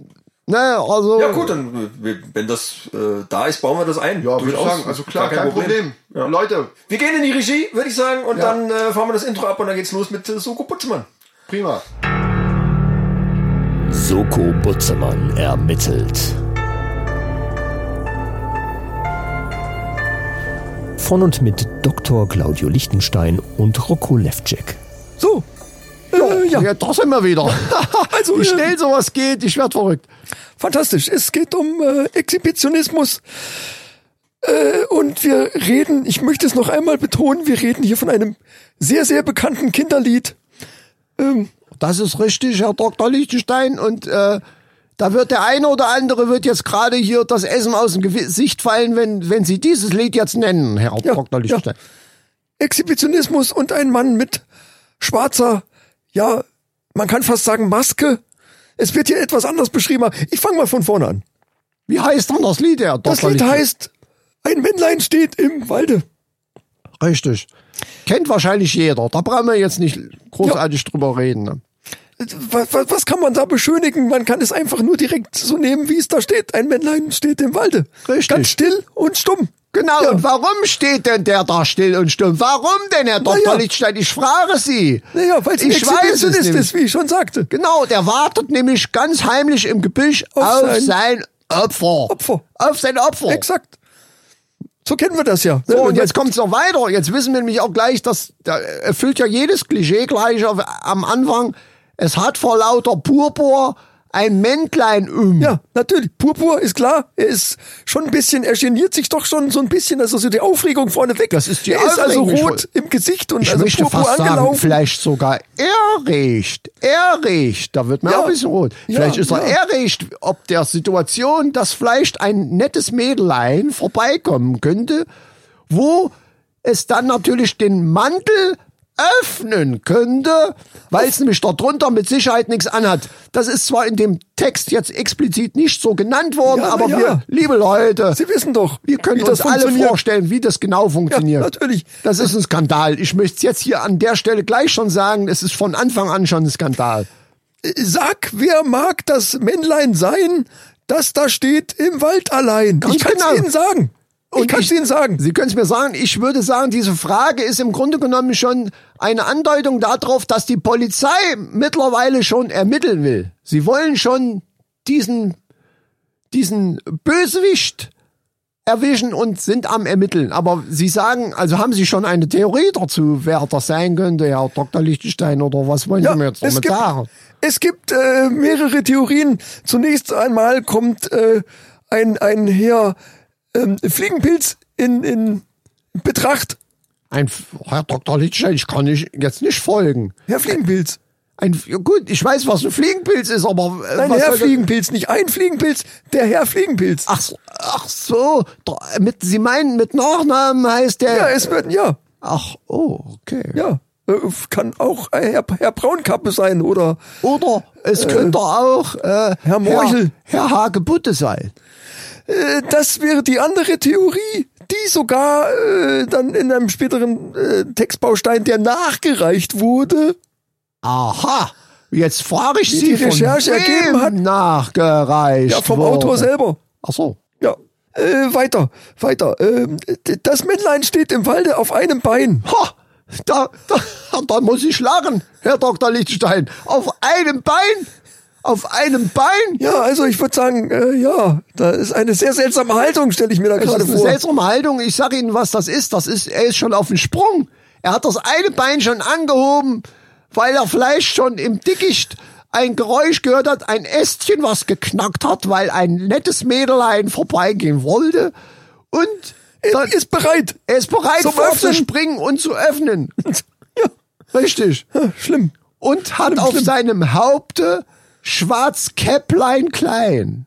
S2: ne, also.
S4: Ja gut, dann äh, wenn das äh, da ist, bauen wir das ein.
S6: Ja, würde ich
S4: Durchaus.
S6: sagen. Also klar,
S4: Gar
S6: kein, Problem.
S4: Ja.
S6: Leute,
S4: Wir gehen in die Regie, würde ich sagen, und
S6: Ja.
S4: dann äh, fahren wir das Intro ab und dann geht's los mit äh, Soko Putzmann.
S6: prima.
S7: Soko Butzemann ermittelt. Von und mit Dr. Claudio Lichtenstein und Rocco Levcek.
S1: So. Äh, ja,
S2: Ja, da sind wir wieder.
S1: Also,
S2: Wie
S1: äh,
S2: schnell sowas geht, ich werd verrückt.
S1: fantastisch. Es geht um äh, Exhibitionismus. Äh, und wir reden, ich möchte es noch einmal betonen, wir reden hier von einem sehr, sehr bekannten Kinderlied.
S2: Das ist richtig, Herr Dr. Lichtenstein. Und äh, da wird der eine oder andere wird jetzt gerade hier das Essen aus dem Gesicht fallen, wenn, wenn Sie dieses Lied jetzt nennen, Herr
S1: Ja,
S2: Dr. Lichtenstein.
S1: Exhibitionismus und ein Mann mit schwarzer, ja, man kann fast sagen Maske. Es wird hier etwas anders beschrieben. aber Ich fange mal von vorne an.
S2: Wie heißt denn das Lied, Herr Dr.
S1: Das Lied
S2: Lichtenstein?
S1: heißt, ein Männlein steht im Walde.
S2: Richtig. Kennt wahrscheinlich jeder. Da brauchen wir jetzt nicht großartig drüber reden. Ne?
S1: was, was, was kann man da beschönigen? Man kann es einfach nur direkt so nehmen, wie es da steht. Ein Männlein steht im Walde.
S2: Richtig.
S1: Ganz still und stumm.
S2: Genau, und warum steht denn der da still und stumm? Warum denn, Herr Dr.
S1: Naja.
S2: Lichtstein? Ich frage Sie.
S1: Naja, weil es ein
S2: ich weiß es
S1: Exhibitionist
S2: nämlich.
S1: ist, wie ich schon sagte.
S2: Genau, der wartet nämlich ganz heimlich im Gebüsch auf,
S1: Auf
S2: sein,
S1: sein
S2: Opfer.
S1: Opfer.
S2: Auf sein Opfer.
S1: Exakt. So kennen wir das ja.
S2: Oh. So,
S1: Wenn
S2: und
S1: wir-
S2: jetzt kommt's noch weiter. Jetzt wissen wir nämlich auch gleich, dass da erfüllt ja jedes Klischee gleich auf, am Anfang. Es hat vor lauter Purpur ein Mäntlein um.
S1: ja, natürlich. Purpur ist klar. Er ist schon ein bisschen, er geniert sich doch schon so ein bisschen. Also so die Aufregung vorneweg. Das
S2: ist die
S1: Er ist also
S2: Aufregung. Ich
S1: rot im Gesicht und
S2: Ich
S1: also
S2: möchte
S1: Purpur
S2: fast sagen,
S1: angelaufen.
S2: vielleicht sogar erregt. Erregt. Da wird man
S1: Ja.
S2: auch ein bisschen rot.
S1: Ja,
S2: Vielleicht ist er
S1: ja.
S2: erregt, ob der Situation, dass vielleicht ein nettes Mädelein vorbeikommen könnte, wo es dann natürlich den Mantel öffnen könnte, weil es nämlich darunter mit Sicherheit nichts anhat. Das ist zwar in dem Text jetzt explizit nicht so genannt worden,
S1: Ja,
S2: aber
S1: na ja.
S2: wir, liebe Leute,
S1: Sie wissen doch,
S2: wir können
S1: wie
S2: uns
S1: das
S2: alle
S1: funktioniert.
S2: vorstellen, wie das genau funktioniert.
S1: Ja, natürlich.
S2: Das ist ein Skandal. Ich möchte es jetzt hier an der Stelle gleich schon sagen, es ist von Anfang an schon ein Skandal.
S1: Sag, wer mag das Männlein sein, das da steht im Wald allein?
S2: Ganz
S1: ich kann
S2: genau.
S1: es Ihnen sagen. ich kann es Ihnen sagen.
S2: Sie können es mir sagen, ich würde sagen, diese Frage ist im Grunde genommen schon eine Andeutung darauf, dass die Polizei mittlerweile schon ermitteln will. Sie wollen schon diesen, diesen Bösewicht erwischen und sind am Ermitteln. Aber Sie sagen, also haben Sie schon eine Theorie dazu, wer das sein könnte, Herr Dr. Lichtenstein, oder was wollen Sie mir jetzt damit
S1: gibt,
S2: sagen?
S1: Es gibt äh, mehrere Theorien. Zunächst einmal kommt äh, ein, ein Herr ähm, Fliegenpilz in, in Betracht.
S2: Ein, F- Herr Dr. Lichtenstein, ich kann nicht, jetzt nicht folgen.
S1: Herr Fliegenpilz.
S2: Ein, F- ja gut, ich weiß, was ein Fliegenpilz ist, aber äh,
S1: Nein, Herr
S2: was soll das- Ah,
S1: Fliegenpilz, nicht ein Fliegenpilz, der Herr Fliegenpilz.
S2: Ach, so- ach so, dr- mit, Sie meinen, mit Nachnamen heißt der.
S1: Ja, es wird, ja,
S2: ach, oh, okay.
S1: ja. Äh, Kann auch äh, Herr, Herr Braunkappe sein oder
S2: Oder es könnte auch äh,
S1: Morchel.
S2: Herr, Herr Hagebutte sein.
S1: Äh, das wäre die andere Theorie, die sogar äh, dann in einem späteren äh, Textbaustein, der nachgereicht wurde,
S2: Aha, jetzt frage ich
S1: Die
S2: Sie,
S1: die Recherche
S2: von wem
S1: ergeben hat.
S2: nachgereicht
S1: ja, vom
S2: wurde.
S1: Autor selber.
S2: Ach so.
S1: Ja. Äh, weiter, weiter. Ähm, d- das Männlein steht im Walde auf einem Bein.
S2: Ha, da, da, (laughs) da muss ich lachen, Herr Dr. Lichtenstein. Auf einem Bein, auf einem Bein.
S1: Ja, also ich würde sagen, äh, ja, da ist eine sehr seltsame Haltung, stelle ich mir da
S2: Es
S1: gerade
S2: ist eine
S1: vor.
S2: seltsame Haltung. Ich sage Ihnen, was das ist. Das ist, er ist schon auf dem Sprung. Er hat das eine Bein schon angehoben, weil er vielleicht schon im Dickicht ein Geräusch gehört hat, ein Ästchen, was geknackt hat, weil ein nettes Mädelein vorbeigehen wollte. Und
S1: Er
S2: dann
S1: ist bereit.
S2: er ist bereit,
S1: Zum
S2: vorzuspringen und zu
S1: (laughs)
S2: öffnen. Richtig.
S1: Schlimm.
S2: Und hat auf seinem Haupte Schwarzkäpplein klein.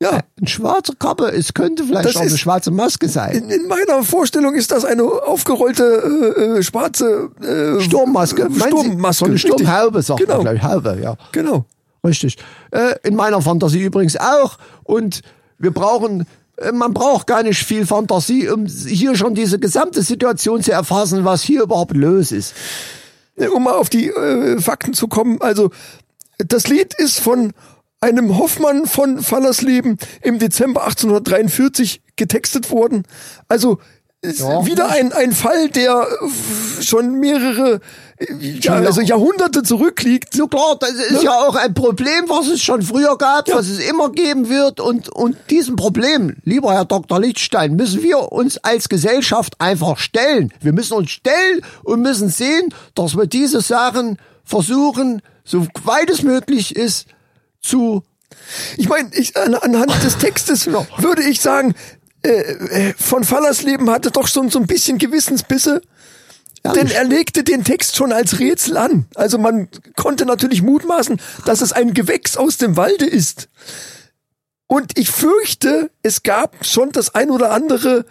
S1: Ja,
S2: Eine schwarze Kappe, es könnte vielleicht
S1: Das
S2: auch eine
S1: ist-
S2: schwarze Maske sein.
S1: in, in meiner Vorstellung ist das eine aufgerollte äh, äh, schwarze äh,
S2: Sturmmaske. Meinen Sie?
S1: Sturmmaske.
S2: So eine
S1: richtig.
S2: Sturmhaube, sagt
S1: Genau.
S2: man, glaube ich. Haube, ja.
S1: Genau.
S2: Richtig. Äh, in meiner Fantasie übrigens auch. Und wir brauchen äh, man braucht gar nicht viel Fantasie, um hier schon diese gesamte Situation zu erfassen, was hier überhaupt los ist.
S1: um mal auf die äh, Fakten zu kommen, also das Lied ist von einem Hoffmann von Fallersleben im Dezember 1843 getextet worden. Also ist
S2: Ja.
S1: wieder ein, ein Fall, der äh, schon mehrere äh, ja, also Jahrhunderte zurückliegt. Ne?
S2: So klar, das ist ja auch ein Problem, was es schon früher gab, was es immer geben wird. Und, und diesem Problem, lieber Herr Dr. Lichtstein, müssen wir uns als Gesellschaft einfach stellen. Wir müssen uns stellen und müssen sehen, dass wir diese Sachen versuchen, so weit es möglich ist, zu
S1: Ich meine, ich, an, anhand des Textes würde ich sagen, äh, äh, von Fallersleben hatte doch schon so ein bisschen Gewissensbisse. Denn er legte den Text schon als Rätsel an. Also man konnte natürlich mutmaßen, dass es ein Gewächs aus dem Walde ist. Und ich fürchte, es gab schon das ein oder andere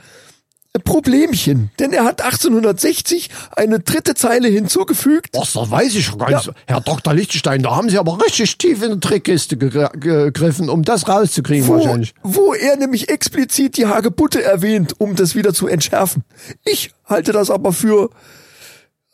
S1: äh, Problemchen. Denn er hat 1860 eine dritte Zeile hinzugefügt.
S2: Was, das weiß ich schon gar nicht. Herr Dr. Lichtenstein, da haben Sie aber richtig tief in die Trickkiste gegr- gegriffen, um das rauszukriegen
S1: wo,
S2: wahrscheinlich.
S1: wo er nämlich explizit die Hagebutte erwähnt, um das wieder zu entschärfen. Ich halte das aber für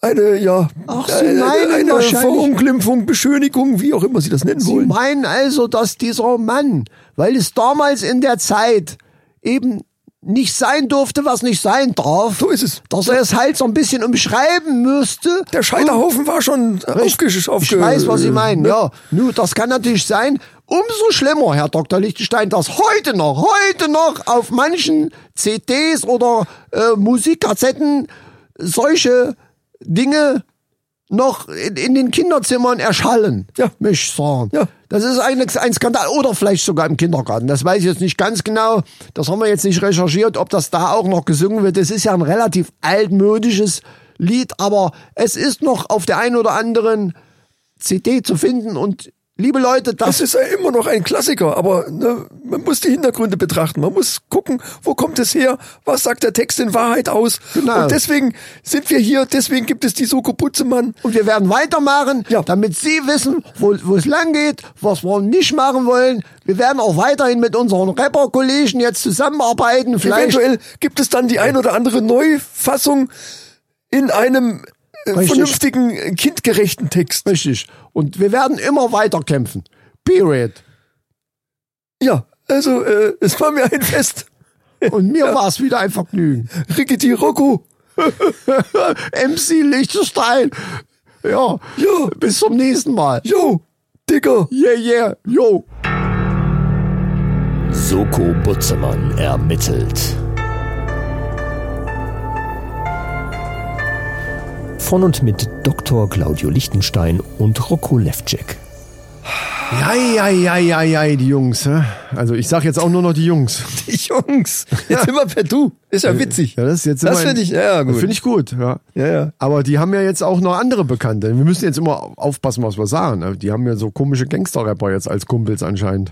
S1: eine, ja,
S2: Ach, Sie
S1: eine,
S2: meinen
S1: eine
S2: wahrscheinlich-
S1: Verunglimpfung, Beschönigung, wie auch immer Sie das nennen
S2: Sie
S1: wollen.
S2: meinen also, dass dieser Mann, weil es damals in der Zeit eben nicht sein durfte, was nicht sein darf,
S1: So ist es.
S2: dass er es halt so ein bisschen umschreiben müsste.
S1: Der Scheiterhaufen war schon äh, aufge, aufge,
S2: Hm? Ich weiß, was Sie meinen.
S1: ne?
S2: Ja, nur das kann natürlich sein. Umso schlimmer, Herr Dr. Lichtenstein, dass heute noch, heute noch auf manchen CDs oder äh, Musikkassetten solche Dinge noch in, in den Kinderzimmern erschallen.
S1: Ja.
S2: Mich sagen.
S1: Ja.
S2: Das ist ein, ein Skandal. Oder vielleicht sogar im Kindergarten. Das weiß ich jetzt nicht ganz genau. Das haben wir jetzt nicht recherchiert, ob das da auch noch gesungen wird. Das ist ja ein relativ altmodisches Lied, aber es ist noch auf der einen oder anderen CD zu finden. Und liebe Leute, das
S1: Das ist ja immer noch ein Klassiker, aber ne, man muss die Hintergründe betrachten. Man muss gucken, wo kommt es her, was sagt der Text in Wahrheit aus.
S2: Genau.
S1: Und deswegen sind wir hier, deswegen gibt es die Soko Butzemann.
S2: Und wir werden weitermachen,
S1: Ja.
S2: damit Sie wissen, wo wo es lang geht, was wir nicht machen wollen. Wir werden auch weiterhin mit unseren Rapper-Kollegen jetzt zusammenarbeiten. Vielleicht
S1: Eventuell gibt es dann die ein oder andere Neufassung in einem äh,
S2: Richtig.
S1: vernünftigen, äh, kindgerechten Text.
S2: Richtig. Und wir werden immer weiter kämpfen. Period.
S1: Ja, also äh, es war mir ein Fest.
S2: Und mir war es wieder ein Vergnügen.
S1: Rickety
S2: (laughs)
S1: Rocco.
S2: MC Lichtenstein. Ja.
S1: Ja.
S2: Bis zum nächsten Mal.
S1: Yo, Digger.
S2: Yeah, yeah. Yo.
S6: Soko Butzemann ermittelt. Von und mit Dr. Claudio Lichtenstein und Rocco Levcek.
S2: Ja, ja, ja, ja, ja, die Jungs. hä? Also ich sag jetzt auch nur noch die Jungs.
S1: Die Jungs. Jetzt immer per Du. Ist ja witzig.
S2: Äh, Ja, das ist jetzt
S1: Das
S2: immer ein-
S1: finde ich- ja, ja, gut.
S2: Finde ich gut, ja.
S1: Ja, ja.
S2: Aber die haben ja jetzt auch noch andere Bekannte. Wir müssen jetzt immer aufpassen, was wir sagen. ne? Die haben ja so komische Gangster-Rapper jetzt als Kumpels anscheinend.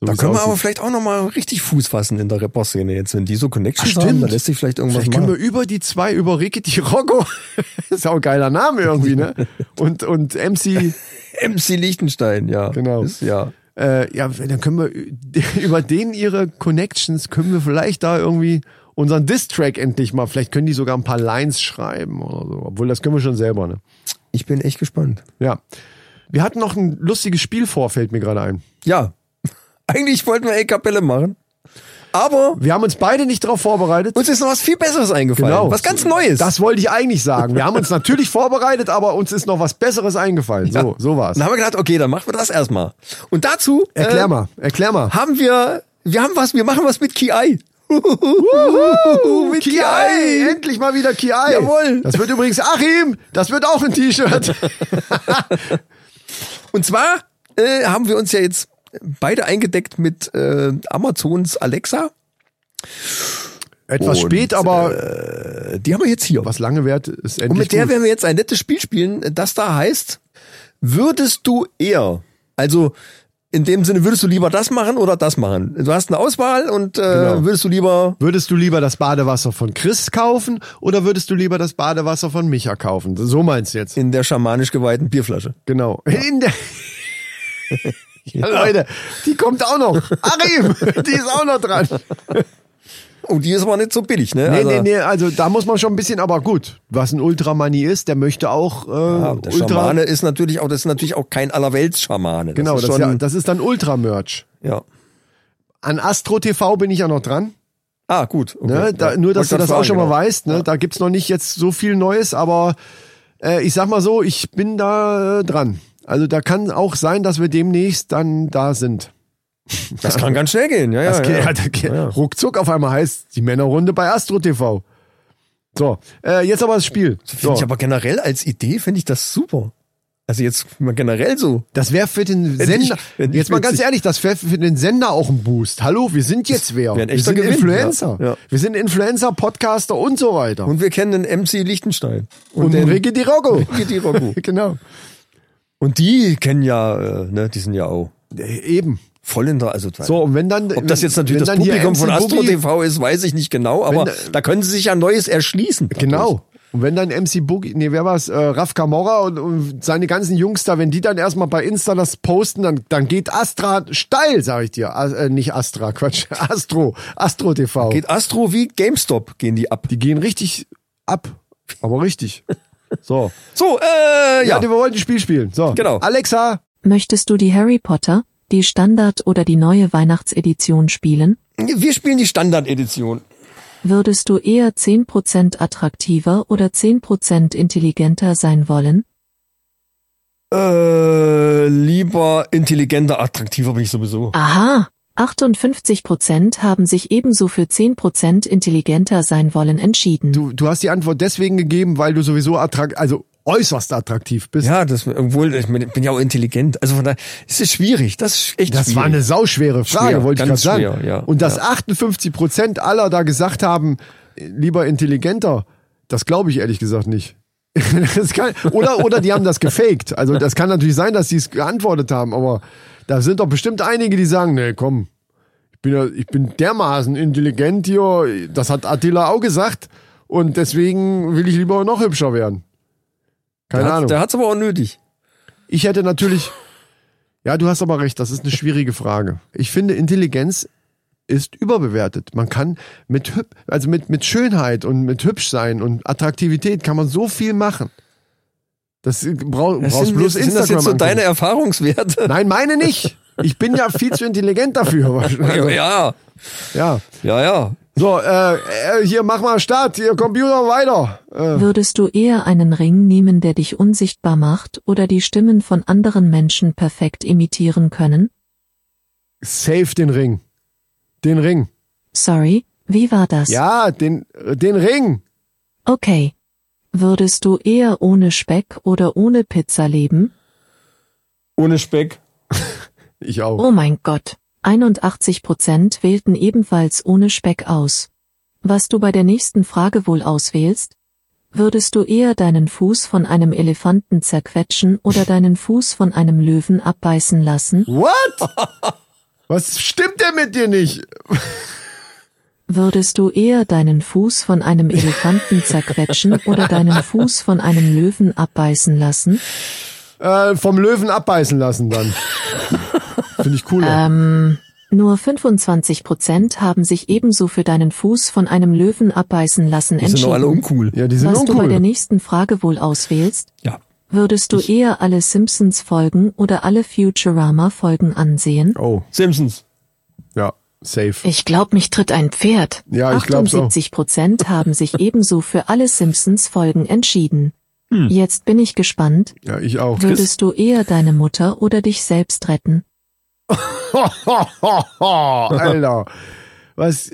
S2: So
S4: Da
S2: wie's
S4: können wir
S2: aussieht.
S4: aber vielleicht auch nochmal richtig Fuß fassen in der Rapper-Szene jetzt. Wenn die so Connections
S2: Ach,
S4: haben,
S2: stimmt.
S4: dann lässt sich vielleicht irgendwas
S2: Vielleicht können
S4: machen.
S2: wir über die zwei, über Rickety Rocco, (laughs) ist auch ein geiler Name irgendwie, ne? Und, und MC,
S4: MC Liechtenstein, ja.
S2: Genau.
S4: Ist, ja.
S2: äh, ja, dann können wir ü- (laughs) über den ihre Connections, können wir vielleicht da irgendwie unseren Diss-Track endlich mal, vielleicht können die sogar ein paar Lines schreiben oder so. Obwohl, das können wir schon selber, ne?
S4: Ich bin echt gespannt.
S2: Ja. Wir hatten noch ein lustiges Spiel vor, fällt mir gerade ein.
S4: Ja. (laughs) Eigentlich wollten wir E-Kapelle machen. Aber
S2: Wir haben uns beide nicht darauf vorbereitet.
S4: uns ist noch was viel Besseres eingefallen. Was ganz Neues.
S2: Genau. Das wollte ich eigentlich sagen. Wir haben uns natürlich vorbereitet, aber uns ist noch was Besseres eingefallen. So, so war's.
S4: Dann haben wir gedacht, okay, dann machen wir das erstmal. Und dazu äh,
S2: Erklär mal, erklär mal.
S4: haben wir, wir haben was, wir machen was mit KI. mit KI.
S2: Kiai! Endlich mal wieder Kiai!
S4: Jawohl.
S2: Das wird übrigens Achim! Das wird auch ein
S4: (laughs)
S2: T-Shirt!
S4: Und zwar äh, haben wir uns ja jetzt beide eingedeckt mit äh, Amazons Alexa.
S2: Etwas
S4: Und,
S2: spät, aber
S4: Äh, Die haben wir jetzt hier.
S2: was lange wert ist endlich.
S4: Und mit der
S2: gut.
S4: werden wir jetzt ein nettes Spiel spielen, das da heißt, würdest du eher, also in dem Sinne, würdest du lieber das machen oder das machen? Du hast eine Auswahl und äh,
S2: Genau.
S4: würdest du lieber,
S2: Würdest du lieber das Badewasser von Chris kaufen oder würdest du lieber das Badewasser von Micha kaufen? So meinst du
S1: (laughs)
S2: jetzt.
S4: in der schamanisch geweihten Bierflasche.
S2: Genau. In der Ja, Genau. Leute, die kommt auch noch. Arim, die ist auch noch dran.
S1: Und die ist aber nicht so billig, ne?
S2: Nee,
S1: Also-
S2: nee, nee, also da muss man schon ein bisschen, aber gut, was ein Ultramani ist, der möchte auch äh,
S1: Ja, ah, der
S2: Ultra.
S1: Schamane ist natürlich auch, das ist natürlich auch kein Allerwelts-Schamane.
S2: genau,
S1: ist
S2: das, ist ja,
S1: schon,
S2: das ist dann Ultra-Merch.
S1: ja.
S2: An Astro TV bin ich ja noch dran.
S1: Ah, gut. okay.
S2: Ne? Da,
S1: Ja.
S2: Nur, dass
S1: Wollte
S2: du das
S1: fragen,
S2: auch schon
S1: genau.
S2: mal weißt. Ne? Da gibt's noch nicht jetzt so viel Neues, aber äh, ich sag mal so, ich bin da äh, dran. Also da kann auch sein, dass wir demnächst dann da sind.
S1: Das kann ganz schnell gehen, ja, ja.
S2: Das geht,
S1: ja.
S2: ja, das geht. Ruckzuck auf einmal heißt die Männerrunde bei Astro TV. So, äh, jetzt aber das Spiel.
S1: Finde
S2: So.
S1: ich aber generell als Idee, finde ich das super. Also jetzt mal generell so.
S2: Das wäre für den
S1: Wenn ich-
S2: Sender,
S1: wenn ich
S2: jetzt mal ganz
S1: witzig-
S2: ehrlich, das wäre für den Sender auch ein Boost. Hallo, wir sind jetzt wer?
S1: Wär ein
S2: Wir
S1: echter
S2: sind
S1: Gewinn,
S2: Influencer.
S1: ja. Ja.
S2: Wir sind Influencer, Podcaster und so weiter.
S1: Und wir kennen den MC Lichtenstein.
S2: Und,
S1: den
S2: Ricky Di Rocco.
S1: Ricky Di Rocco.
S2: (laughs) genau.
S1: Und die kennen ja, äh, ne, die sind ja auch
S2: Äh, Eben.
S1: voll in der, also
S2: So, und wenn dann.
S1: Ob das jetzt
S2: wenn
S1: natürlich das
S2: dann hier
S1: Publikum
S2: MC
S1: von Astro
S2: Boogie-
S1: TV ist, weiß ich nicht genau, aber
S2: da-
S1: da können sie sich ja Neues erschließen.
S2: Genau. Und wenn dann MC Boogie, nee, wer war's? Äh, Raf Camorra und, und seine ganzen Jungs da, wenn die dann erstmal bei Insta das posten, dann, dann geht Astra steil, sag ich dir. As, äh, nicht Astra, (laughs) Quatsch. Astro. Astro TV.
S1: Geht Astro wie GameStop, gehen die ab.
S2: die gehen richtig ab. Aber richtig. So.
S1: So, äh, (laughs)
S2: Ja,
S1: ja.
S2: wir wollten ein Spiel spielen. So.
S1: Genau.
S2: Alexa,
S7: Möchtest du die Harry Potter, die Standard- oder die neue Weihnachtsedition spielen?
S1: Wir spielen die Standard-Edition.
S7: Würdest du eher 10% attraktiver oder 10% intelligenter sein wollen?
S1: Äh, lieber intelligenter, attraktiver bin ich sowieso.
S7: Aha! 58% haben sich ebenso für 10% intelligenter sein wollen entschieden.
S2: du, du hast die Antwort deswegen gegeben, weil du sowieso attrakt, also äußerst attraktiv bist.
S1: Ja, das, obwohl, ich bin bin ja auch intelligent. Also von daher, es ist schwierig. Das ist echt
S2: Das
S1: schwierig.
S2: war eine sauschwere Frage,
S1: Schwer,
S2: wollte ich gerade
S1: ganz
S2: sagen.
S1: schwer, ja,
S2: und dass
S1: ja.
S2: 58 Prozent aller da gesagt haben, äh, lieber intelligenter, das glaube ich ehrlich gesagt nicht. (laughs) Das kann, oder, oder die haben das gefaked. Also das kann natürlich sein, dass die es geantwortet haben, aber da sind doch bestimmt einige, die sagen, nee, komm, ich bin, ja, ich bin dermaßen intelligent hier, das hat Attila auch gesagt und deswegen will ich lieber noch hübscher werden. Keine
S1: der
S2: Ahnung.
S1: Hat, der hat's aber auch nötig.
S2: Ich hätte natürlich. Ja, du hast aber recht, das ist eine schwierige Frage. Ich finde, Intelligenz ist überbewertet. Man kann mit, hüb- also mit, mit Schönheit und mit hübsch sein und Attraktivität kann man so viel machen. Das brauch,
S1: Das
S2: brauchst
S1: sind,
S2: bloß
S1: sind
S2: Instagram.
S1: das jetzt so
S2: angucken.
S1: deine Erfahrungswerte?
S2: Nein, meine nicht. Ich bin ja viel zu intelligent dafür.
S1: (laughs)
S2: Also, ja.
S1: ja, ja, ja.
S2: So, äh, äh, hier mach mal Start, hier Computer weiter. Äh,
S7: Würdest du eher einen Ring nehmen, der dich unsichtbar macht oder die Stimmen von anderen Menschen perfekt imitieren können?
S2: save den Ring. Den Ring.
S7: Sorry, wie war das?
S2: Ja, den, äh, den Ring.
S7: Okay. Würdest du eher ohne Speck oder ohne Pizza leben?
S1: Ohne Speck.
S2: Ich auch.
S7: Oh mein Gott. 81 Prozent wählten ebenfalls ohne Speck aus. Was du bei der nächsten Frage wohl auswählst? Würdest du eher deinen Fuß von einem Elefanten zerquetschen oder deinen Fuß von einem Löwen abbeißen lassen?
S2: What? (laughs) Was stimmt denn mit dir nicht?
S7: Würdest du eher deinen Fuß von einem Elefanten zerquetschen oder deinen Fuß von einem Löwen abbeißen lassen?
S2: Äh, vom Löwen abbeißen lassen
S7: (laughs)
S2: dann. Finde ich cooler.
S7: Ähm, nur 25 Prozent haben sich ebenso für deinen Fuß von einem Löwen abbeißen lassen
S1: Die sind doch
S7: entschieden.
S1: alle uncool.
S2: ja, die sind
S7: Was du bei der
S2: uncool.
S7: nächsten Frage wohl auswählst,
S1: Ja.
S7: würdest du eher alle Simpsons-Folgen oder alle Futurama-Folgen ansehen?
S2: Oh,
S1: Simpsons.
S2: ja, safe.
S7: Ich glaub, mich tritt ein Pferd.
S2: Ja, ich glaub's auch.
S7: 78 Prozent
S2: (laughs)
S7: haben sich ebenso für alle Simpsons-Folgen entschieden. Jetzt bin ich gespannt.
S2: Ja, ich auch.
S7: Würdest du eher deine Mutter oder dich selbst retten?
S2: (laughs) Alter. Was?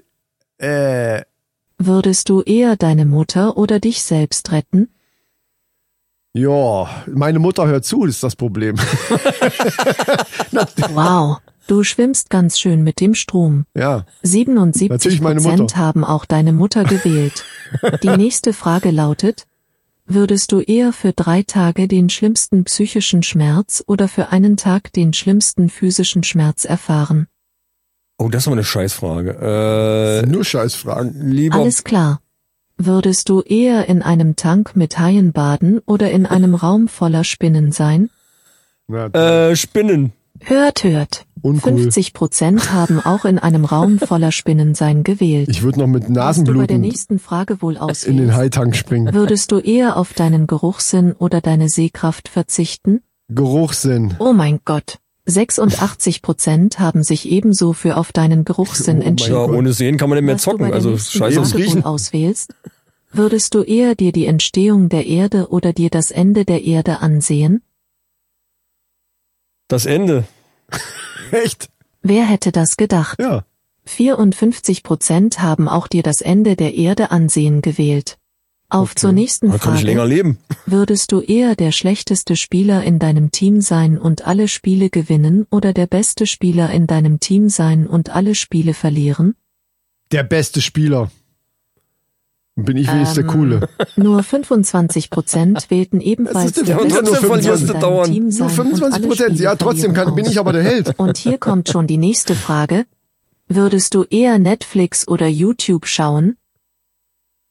S2: Äh,
S7: Würdest du eher deine Mutter oder dich selbst retten?
S2: ja, meine Mutter hört zu, ist das Problem. (laughs)
S7: Wow, du schwimmst ganz schön mit dem Strom.
S2: ja.
S7: 77
S2: Natürlich meine
S7: Prozent
S2: Mutter.
S7: haben auch deine Mutter gewählt. Die
S2: (laughs)
S7: nächste Frage lautet, würdest du eher für drei Tage den schlimmsten psychischen Schmerz oder für einen Tag den schlimmsten physischen Schmerz erfahren?
S1: Oh, das ist mal eine Scheißfrage. Äh,
S2: Nur Scheißfragen.
S1: lieber
S7: Alles klar. Würdest du eher in einem Tank mit Haien baden oder in einem Raum voller Spinnen sein?
S2: Ja,
S1: äh, Spinnen.
S7: Hört, hört.
S2: Uncool.
S7: 50 Prozent haben auch in einem Raum voller Spinnen sein gewählt.
S2: Ich würde noch mit
S7: Was du bei der
S2: Nasenbluten
S7: nächsten Frage wohl
S2: in den
S7: auswählst,
S2: Haitank springen.
S7: würdest du eher auf deinen Geruchssinn oder deine Sehkraft verzichten?
S2: Geruchssinn.
S7: Oh mein Gott. 86 Prozent haben sich ebenso für auf
S1: (laughs)
S7: deinen
S2: Oh
S7: Geruchssinn
S2: mein
S7: entschieden.
S1: Ja, ohne Sehen kann man nicht mehr
S7: Was du bei
S1: zocken.
S7: der
S1: Also
S7: nächsten
S1: scheiße.
S7: Frage wohl auswählst, würdest du eher dir die Entstehung der Erde oder dir das Ende der Erde ansehen?
S1: Das Ende.
S2: (laughs) Echt?
S7: Wer hätte das gedacht?
S2: Ja.
S7: 54 Prozent haben auch dir das Ende der Erde ansehen gewählt. Auf zur nächsten
S1: Dann Ah, kann ich länger
S7: Frage.
S1: leben.
S7: Würdest du eher der schlechteste Spieler in deinem Team sein und alle Spiele gewinnen oder der beste Spieler in deinem Team sein und alle Spiele verlieren?
S2: Der beste Spieler. Bin ich wenigstens der
S7: Ähm,
S2: Coole.
S7: Nur
S2: (laughs)
S7: 25 Prozent wählten ebenfalls
S1: denn
S7: der
S1: der
S7: beste
S1: Prozent
S7: Spieler
S1: verlierst
S7: in
S1: du
S7: deinem
S1: dauernd?
S7: Team sein
S2: Nur
S7: und
S2: 25
S7: alle
S2: Prozent.
S7: Spiele
S2: Ja, trotzdem kann,
S7: verlieren
S2: bin ich
S7: aus.
S2: aber der Held.
S7: Und hier kommt schon die nächste Frage. Würdest du eher Netflix oder YouTube schauen?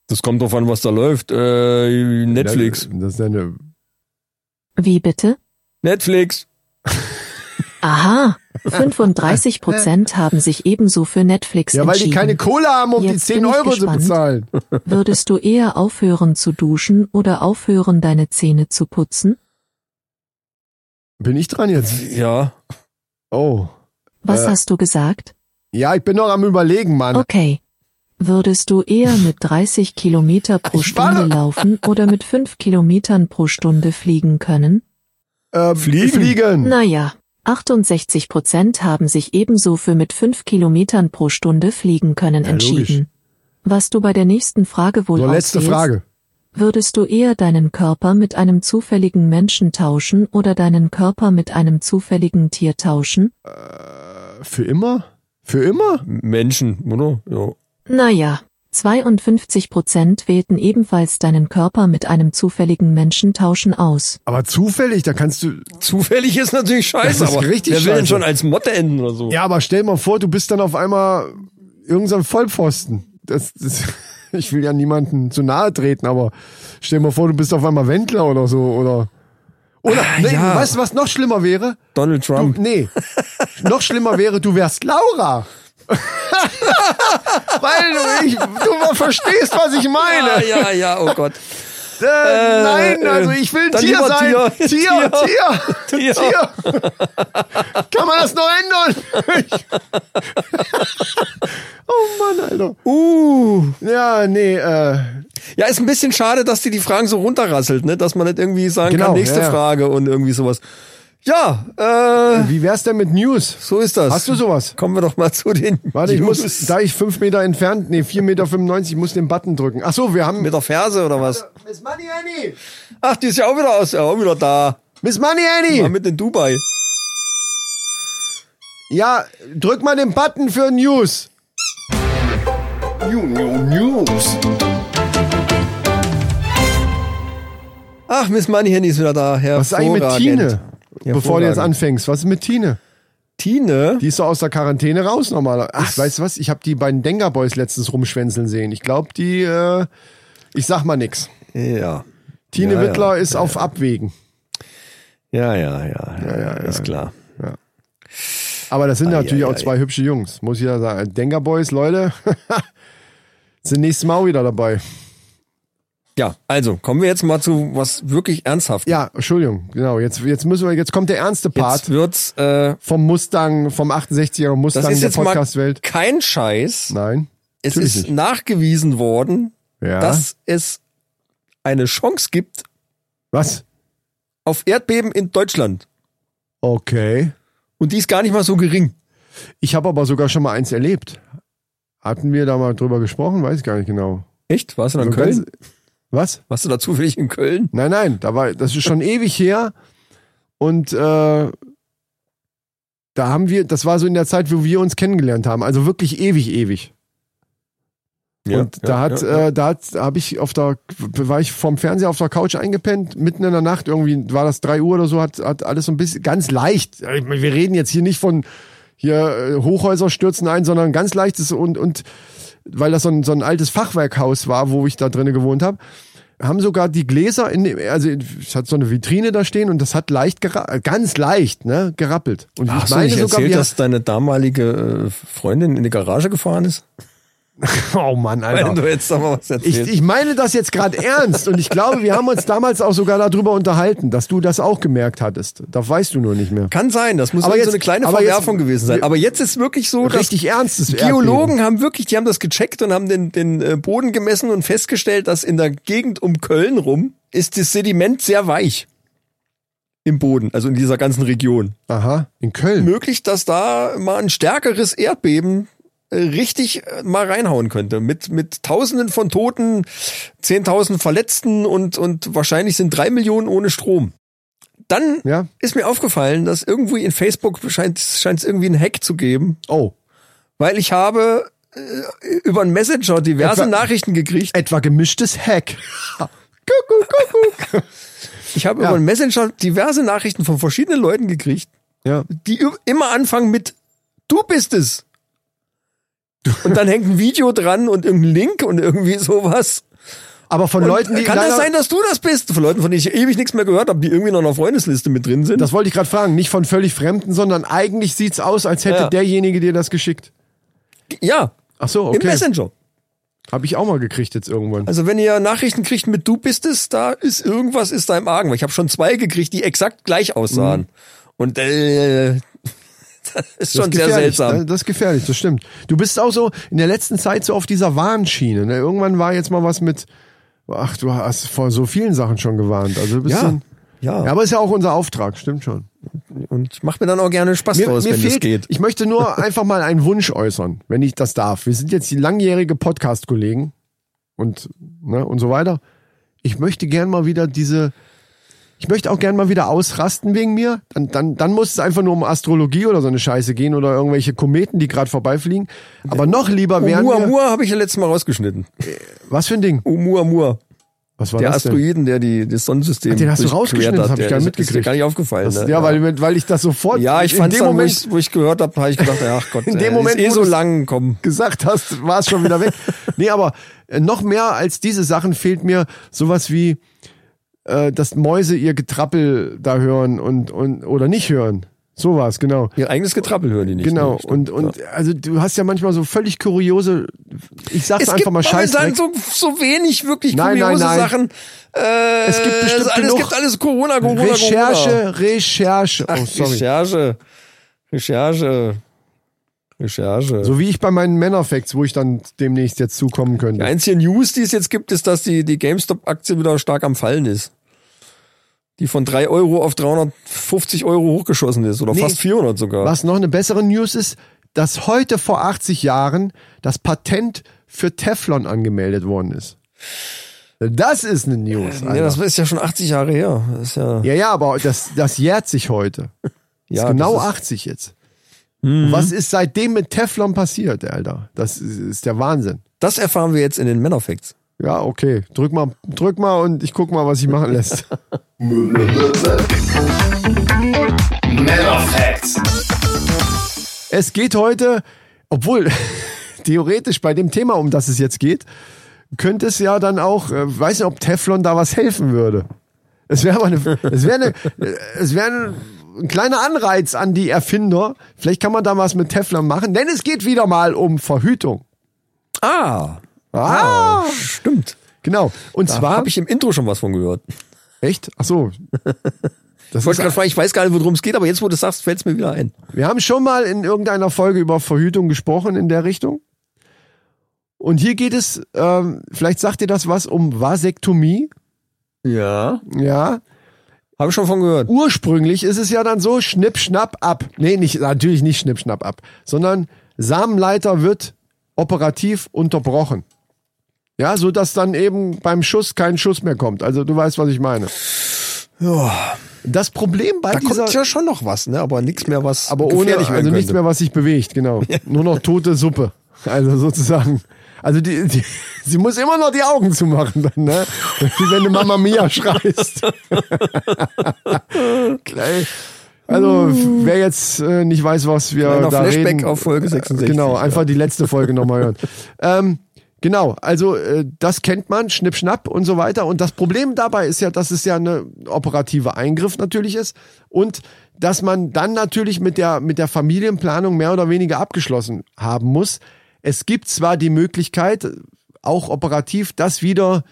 S1: Das kommt drauf an, was da läuft. Äh, (laughs) Netflix.
S2: Das ist ja eine
S7: Wie bitte?
S1: Netflix.
S2: (laughs)
S7: Aha, 35 Prozent haben sich ebenso für Netflix
S2: Ja, weil die
S7: entschieden.
S2: keine Kohle haben, um die
S7: Jetzt
S2: 10
S7: bin ich
S2: Euro zu
S7: gespannt.
S2: bezahlen.
S7: Würdest du eher aufhören zu duschen oder aufhören deine Zähne zu putzen?
S2: Bin ich dran jetzt?
S1: Ja.
S2: Oh.
S7: Was
S2: Äh.
S7: hast du gesagt?
S2: Ja, ich bin noch am überlegen, Mann.
S7: Okay. Würdest du eher mit 30 Kilometer pro
S2: Ich war
S7: Stunde laufen oder mit 5 Kilometern pro Stunde fliegen können?
S2: Ähm,
S1: Fliegen.
S2: Fliegen.
S7: Naja, 68 Prozent haben sich ebenso für mit 5 Kilometern pro Stunde fliegen können
S2: Ja, logisch.
S7: entschieden. Was du bei der nächsten Frage wohl
S2: so, letzte
S7: auswählst,
S2: Frage.
S7: Würdest du eher deinen Körper mit einem zufälligen Menschen tauschen oder deinen Körper mit einem zufälligen Tier tauschen?
S2: Für immer? Für immer?
S1: Menschen, oder? Ja.
S7: Naja, 52 Prozent wählten ebenfalls deinen Körper mit einem zufälligen Menschen tauschen aus.
S2: Aber zufällig, da kannst du.
S1: Zufällig ist natürlich scheiße,
S2: Das ist
S1: aber
S2: richtig
S1: wer will
S2: scheiße.
S1: denn schon als Motte enden oder so?
S2: Ja, aber stell mal vor, du bist dann auf einmal irgendein Vollpfosten. Das, das, (laughs) ich will ja niemanden zu nahe treten, aber stell mal vor, du bist auf einmal Wendler oder so, oder. Oder,
S1: Ah,
S2: nee,
S1: ja.
S2: weißt du, was noch schlimmer wäre?
S1: Donald Trump.
S2: Oh, Nee. Noch schlimmer wäre, du wärst Laura. (laughs) Weil du, ich, du verstehst, was ich meine.
S1: ja, ja, oh
S2: (laughs)
S1: Gott.
S2: äh,
S1: äh,
S2: nein,
S1: äh,
S2: also ich will ein
S1: dann
S2: Tier
S1: lieber
S2: sein. Tier,
S1: Tier. (laughs)
S2: Tier, Tier.
S1: Tier.
S2: Kann man das noch ändern? (laughs) oh Mann, Alter.
S1: Uh.
S2: Ja, nee, äh,
S1: Ja, ist ein bisschen schade, dass die die Fragen so runterrasselt, ne? Dass man nicht irgendwie sagen
S2: Genau,
S1: kann, nächste
S2: ja, ja.
S1: Frage und irgendwie sowas. Ja, äh,
S2: wie wär's denn mit News?
S1: so ist das.
S2: Hast du sowas?
S1: Kommen wir doch mal zu den
S2: Warte, ich muss,
S1: News.
S2: da ich fünf Meter entfernt, nee, vier Meter, 95, muss den Button drücken. Ach so, wir haben...
S1: mit der Ferse oder was?
S2: Miss Money Annie!
S1: Ach, die ist ja auch wieder aus, ja, auch wieder da.
S2: Miss Money
S1: War
S2: Annie!
S1: mit in Dubai.
S2: Ja, drück mal den Button für News. New, new, news.
S1: Ach, Miss Moneyhenny ist wieder da.
S2: Was ist eigentlich mit
S1: Hervorragend.
S2: Tine? Bevor du jetzt anfängst, was ist mit Tine?
S1: Tine?
S2: Die ist doch aus der Quarantäne raus normal. Ach, weißt du was? Ich habe die beiden Denga Boys letztens rumschwänzeln sehen. Ich glaube, die, äh, ich sag mal nix.
S1: Ja.
S2: Tine
S1: Ja, ja.
S2: Wittler ist auf Abwägen.
S1: Ja, ja, ja. ja, ja ist klar.
S2: Aber das sind natürlich
S1: ei,
S2: auch
S1: ei.
S2: zwei hübsche Jungs, muss ich ja sagen. Denga Boys, Leute, (laughs) sind nächstes Mal auch wieder dabei.
S1: Ja, also kommen wir jetzt mal zu was wirklich ernsthaft.
S2: Ja, Entschuldigung, genau. Jetzt, jetzt müssen wir, jetzt kommt der ernste Part.
S1: Jetzt wird's, äh,
S2: vom Mustang, vom 68er
S1: das
S2: Mustang
S1: ist
S2: der
S1: jetzt mal
S2: Podcast-Welt.
S1: kein Scheiß.
S2: Nein.
S1: es
S2: natürlich
S1: ist
S2: nicht.
S1: nachgewiesen worden,
S2: Ja.
S1: dass es eine Chance gibt
S2: Was?
S1: auf Erdbeben in Deutschland.
S2: Okay.
S1: Und die ist gar nicht mal so gering.
S2: Ich habe aber sogar schon mal eins erlebt. Hatten wir da mal drüber gesprochen? Weiß ich gar nicht genau.
S1: Echt? Warst du da in
S2: So
S1: Köln?
S2: ganz- Was?
S1: Also Warst du da zufällig in Köln?
S2: Nein, nein, da war, das ist schon (laughs) ewig her. Und äh, da haben wir, das war so in der Zeit, wo wir uns kennengelernt haben. Also wirklich ewig, ewig. und da hat, äh, da hat, habe ich auf der, war ich vom Fernseher auf der Couch eingepennt, mitten in der Nacht, irgendwie war das 3 Uhr oder so, hat, hat alles so ein bisschen, ganz leicht. Äh, Wir reden jetzt hier nicht von hier äh, Hochhäuser stürzen ein, sondern ganz leichtes und, und weil das so ein, so ein altes Fachwerkhaus war, wo ich da drinnen gewohnt habe, haben sogar die Gläser in dem, also es hat so eine Vitrine da stehen und das hat leicht gera- ganz leicht, ne, gerappelt. Und
S1: Ach so, ich erzählt, dass deine damalige äh, Freundin in die Garage gefahren ist?
S2: (laughs) oh Mann, Alter.
S1: Wenn du jetzt aber was
S2: Ich,
S1: erzählst.
S2: ich meine das jetzt gerade ernst und ich glaube, wir haben uns damals auch sogar darüber unterhalten, dass du das auch gemerkt hattest. Das weißt du nur nicht mehr.
S1: Kann sein, das muss
S2: Aber
S1: aber
S2: jetzt-
S1: so eine kleine
S2: aber jetzt-
S1: Verwerfung gewesen sein. Aber jetzt ist wirklich so, dass
S2: Richtig ernstes
S1: Geologen haben wirklich, die haben das gecheckt und haben den, den äh, Boden gemessen und festgestellt, dass in der Gegend um Köln rum ist das Sediment sehr weich im Boden, also in dieser ganzen Region.
S2: Aha, in Köln.
S1: Möglich, dass da mal ein stärkeres Erdbeben äh, richtig äh, mal reinhauen könnte. Mit, mit Tausenden von Toten, Zehntausend Verletzten und, und wahrscheinlich sind drei Millionen ohne Strom. Dann
S2: Ja.
S1: ist mir aufgefallen, dass irgendwie in Facebook scheint scheint es irgendwie einen Hack zu geben,
S2: Oh,
S1: weil ich habe äh, über einen Messenger diverse
S2: Etwa-
S1: Nachrichten gekriegt.
S2: etwa gemischtes Hack.
S1: Ich habe
S2: Ja.
S1: über einen Messenger diverse Nachrichten von verschiedenen Leuten gekriegt,
S2: Ja.
S1: die ü- immer anfangen mit Du bist es. Und dann hängt ein Video dran und irgendein Link und irgendwie sowas.
S2: Aber von
S1: Und
S2: Leuten, die
S1: kann
S2: leider-
S1: das sein, dass du das bist? Von Leuten, von denen ich ewig nichts mehr gehört habe, die irgendwie noch in einer Freundesliste mit drin sind.
S2: Das wollte ich gerade fragen, nicht von völlig Fremden, sondern eigentlich sieht's aus, als hätte
S1: Ja.
S2: derjenige dir das geschickt.
S1: ja,
S2: Ach so,
S1: im
S2: okay.
S1: Messenger.
S2: Habe ich auch mal gekriegt jetzt irgendwann.
S1: Also wenn ihr Nachrichten kriegt mit du bist es, da ist irgendwas ist da im Argen. Weil ich habe schon zwei gekriegt, die exakt gleich
S2: Mhm.
S1: aussahen. Und äh, (laughs) das ist schon sehr
S2: gefährlich,
S1: seltsam.
S2: ne? Das ist gefährlich, das stimmt. Du bist auch so in der letzten Zeit so auf dieser Warnschiene. Ne? Irgendwann war jetzt mal was mit, ach, du hast vor so vielen Sachen schon gewarnt. Also du bist
S1: Ja, Ah.
S2: dann,
S1: ja.
S2: ja, aber ist ja auch unser Auftrag, stimmt schon.
S1: Und ich mache mir dann auch gerne Spaß draus, wenn es geht.
S2: Ich
S1: (laughs)
S2: möchte nur einfach mal einen Wunsch äußern, wenn ich das darf. Wir sind jetzt die langjährige Podcast-Kollegen und, ne, und so weiter. Ich möchte gern mal wieder diese, ich möchte auch gern mal wieder ausrasten wegen mir. Dann, dann, dann muss es einfach nur um Astrologie oder so eine Scheiße gehen oder irgendwelche Kometen, die gerade vorbeifliegen. Aber noch lieber wären wir,
S1: Oumuamua habe ich ja letztes Mal rausgeschnitten.
S2: was für ein Ding?
S1: Oumuamua,
S2: Was war
S1: der
S2: das denn?
S1: Asteroiden, der die, das Sonnensystem
S2: Ach, den hast du
S1: durchquert
S2: rausgeschnitten, das
S1: hat.
S2: hab ich
S1: Der
S2: gar nicht
S1: ist- ist dir
S2: mitgekriegt.
S1: gar nicht aufgefallen.
S2: Das,
S1: ne?
S2: ja, weil, weil ich das sofort
S1: ja, ich
S2: in
S1: fand
S2: dem
S1: dann,
S2: Moment
S1: wo, ich, wo ich gehört habe, habe ich gedacht, ja, ach Gott,
S2: In
S1: ey,
S2: dem Moment,
S1: ist eh
S2: wo
S1: so
S2: du's-
S1: lang, komm.
S2: gesagt hast, war es schon
S1: (laughs)
S2: wieder weg. nee, aber äh, noch mehr als diese Sachen fehlt mir sowas wie, äh, dass Mäuse ihr Getrappel da hören und, und oder nicht hören. Sowas, genau.
S1: Ihr eigenes Getrappel hören die nicht.
S2: Genau.
S1: ne? Stimmt,
S2: Und, und also du hast ja manchmal so völlig kuriose, ich sag's einfach mal scheiße.
S1: momentan so, so wenig wirklich
S2: Nein, nein,
S1: kuriose
S2: nein.
S1: Sachen. Äh,
S2: Es gibt bestimmt
S1: alles, es
S2: genug
S1: gibt alles Corona, Corona, Corona.
S2: Recherche, Recherche. Oh, sorry.
S1: Recherche. Recherche. Recherche.
S2: So wie ich bei meinen Männerfacts, wo ich dann demnächst jetzt zukommen
S1: die
S2: könnte.
S1: einzige News, die es jetzt gibt, ist, dass die, die GameStop-Aktie wieder stark am Fallen ist. Die von 3 Euro auf 350 Euro hochgeschossen ist. Oder
S2: Nee.
S1: fast 400 sogar.
S2: Was noch eine bessere News ist, dass heute vor 80 Jahren das Patent für Teflon angemeldet worden ist. Das ist eine News.
S1: Nee,
S2: Alter.
S1: das ist ja schon 80 Jahre her. Das ist ja,
S2: ja, ja, aber das, das jährt sich heute.
S1: ja,
S2: ist genau
S1: das Mhm.
S2: 80 jetzt. Und Was ist seitdem mit Teflon passiert, Alter? Das ist, ist der Wahnsinn.
S1: das erfahren wir jetzt in den Männerfacts.
S2: Ja, okay. Drück mal, drück mal und ich guck mal, was ich machen lässt. Es geht heute, obwohl (laughs) theoretisch bei dem Thema, um das es jetzt geht, könnte es ja dann auch, äh, weiß nicht, ob Teflon da was helfen würde. Es wäre aber eine, es wäre eine, äh, es wäre ein, ein kleiner Anreiz an die Erfinder. Vielleicht kann man da was mit Teflon machen, denn es geht wieder mal um Verhütung.
S1: Ah,
S2: Ah,
S1: stimmt.
S2: genau. Und
S1: Da
S2: zwar
S1: habe ich im Intro schon was von gehört.
S2: echt.
S1: (laughs)
S2: Ach so. Das
S1: Ich wollte gerade fragen, ich weiß gar nicht, worum es geht, aber jetzt, wo du es sagst, fällt es mir wieder ein.
S2: Wir haben schon mal in irgendeiner Folge über Verhütung gesprochen in der Richtung. Und hier geht es, ähm, vielleicht sagt ihr das was, um Vasektomie.
S1: Ja.
S2: Ja.
S1: Habe ich schon von gehört.
S2: Ursprünglich ist es ja dann so, schnipp, schnapp, ab. Nee, nicht, natürlich nicht schnipp, schnapp, ab. Sondern Samenleiter wird operativ unterbrochen. Ja, so dass dann eben beim Schuss kein Schuss mehr kommt. Also du weißt, was ich meine.
S1: Ja.
S2: Das Problem bei
S1: Da
S2: dieser...
S1: kommt ja schon noch was, ne? Aber nichts mehr, was
S2: Aber ohne,
S1: gefährlich
S2: also
S1: werden
S2: nichts
S1: könnte.
S2: mehr, was sich bewegt, genau. Nur noch tote Suppe. Also sozusagen. Also die, die, sie muss immer noch die Augen zumachen dann, ne? Wenn du Mama
S1: (laughs)
S2: Mia schreist. (laughs) Gleich. Also, wer jetzt äh, nicht weiß, was wir
S1: Mm. Kleiner
S2: da
S1: Flashback
S2: reden. äh,
S1: auf Folge 66,
S2: Genau,
S1: ja. (laughs)
S2: einfach die letzte Folge nochmal hören. Ähm, Genau, also äh, das kennt man, Schnipp, Schnapp und so weiter. Und das Problem dabei ist ja, dass es ja eine operative Eingriff natürlich ist und dass man dann natürlich mit der, mit der Familienplanung mehr oder weniger abgeschlossen haben muss. Es gibt zwar die Möglichkeit, auch operativ das wieder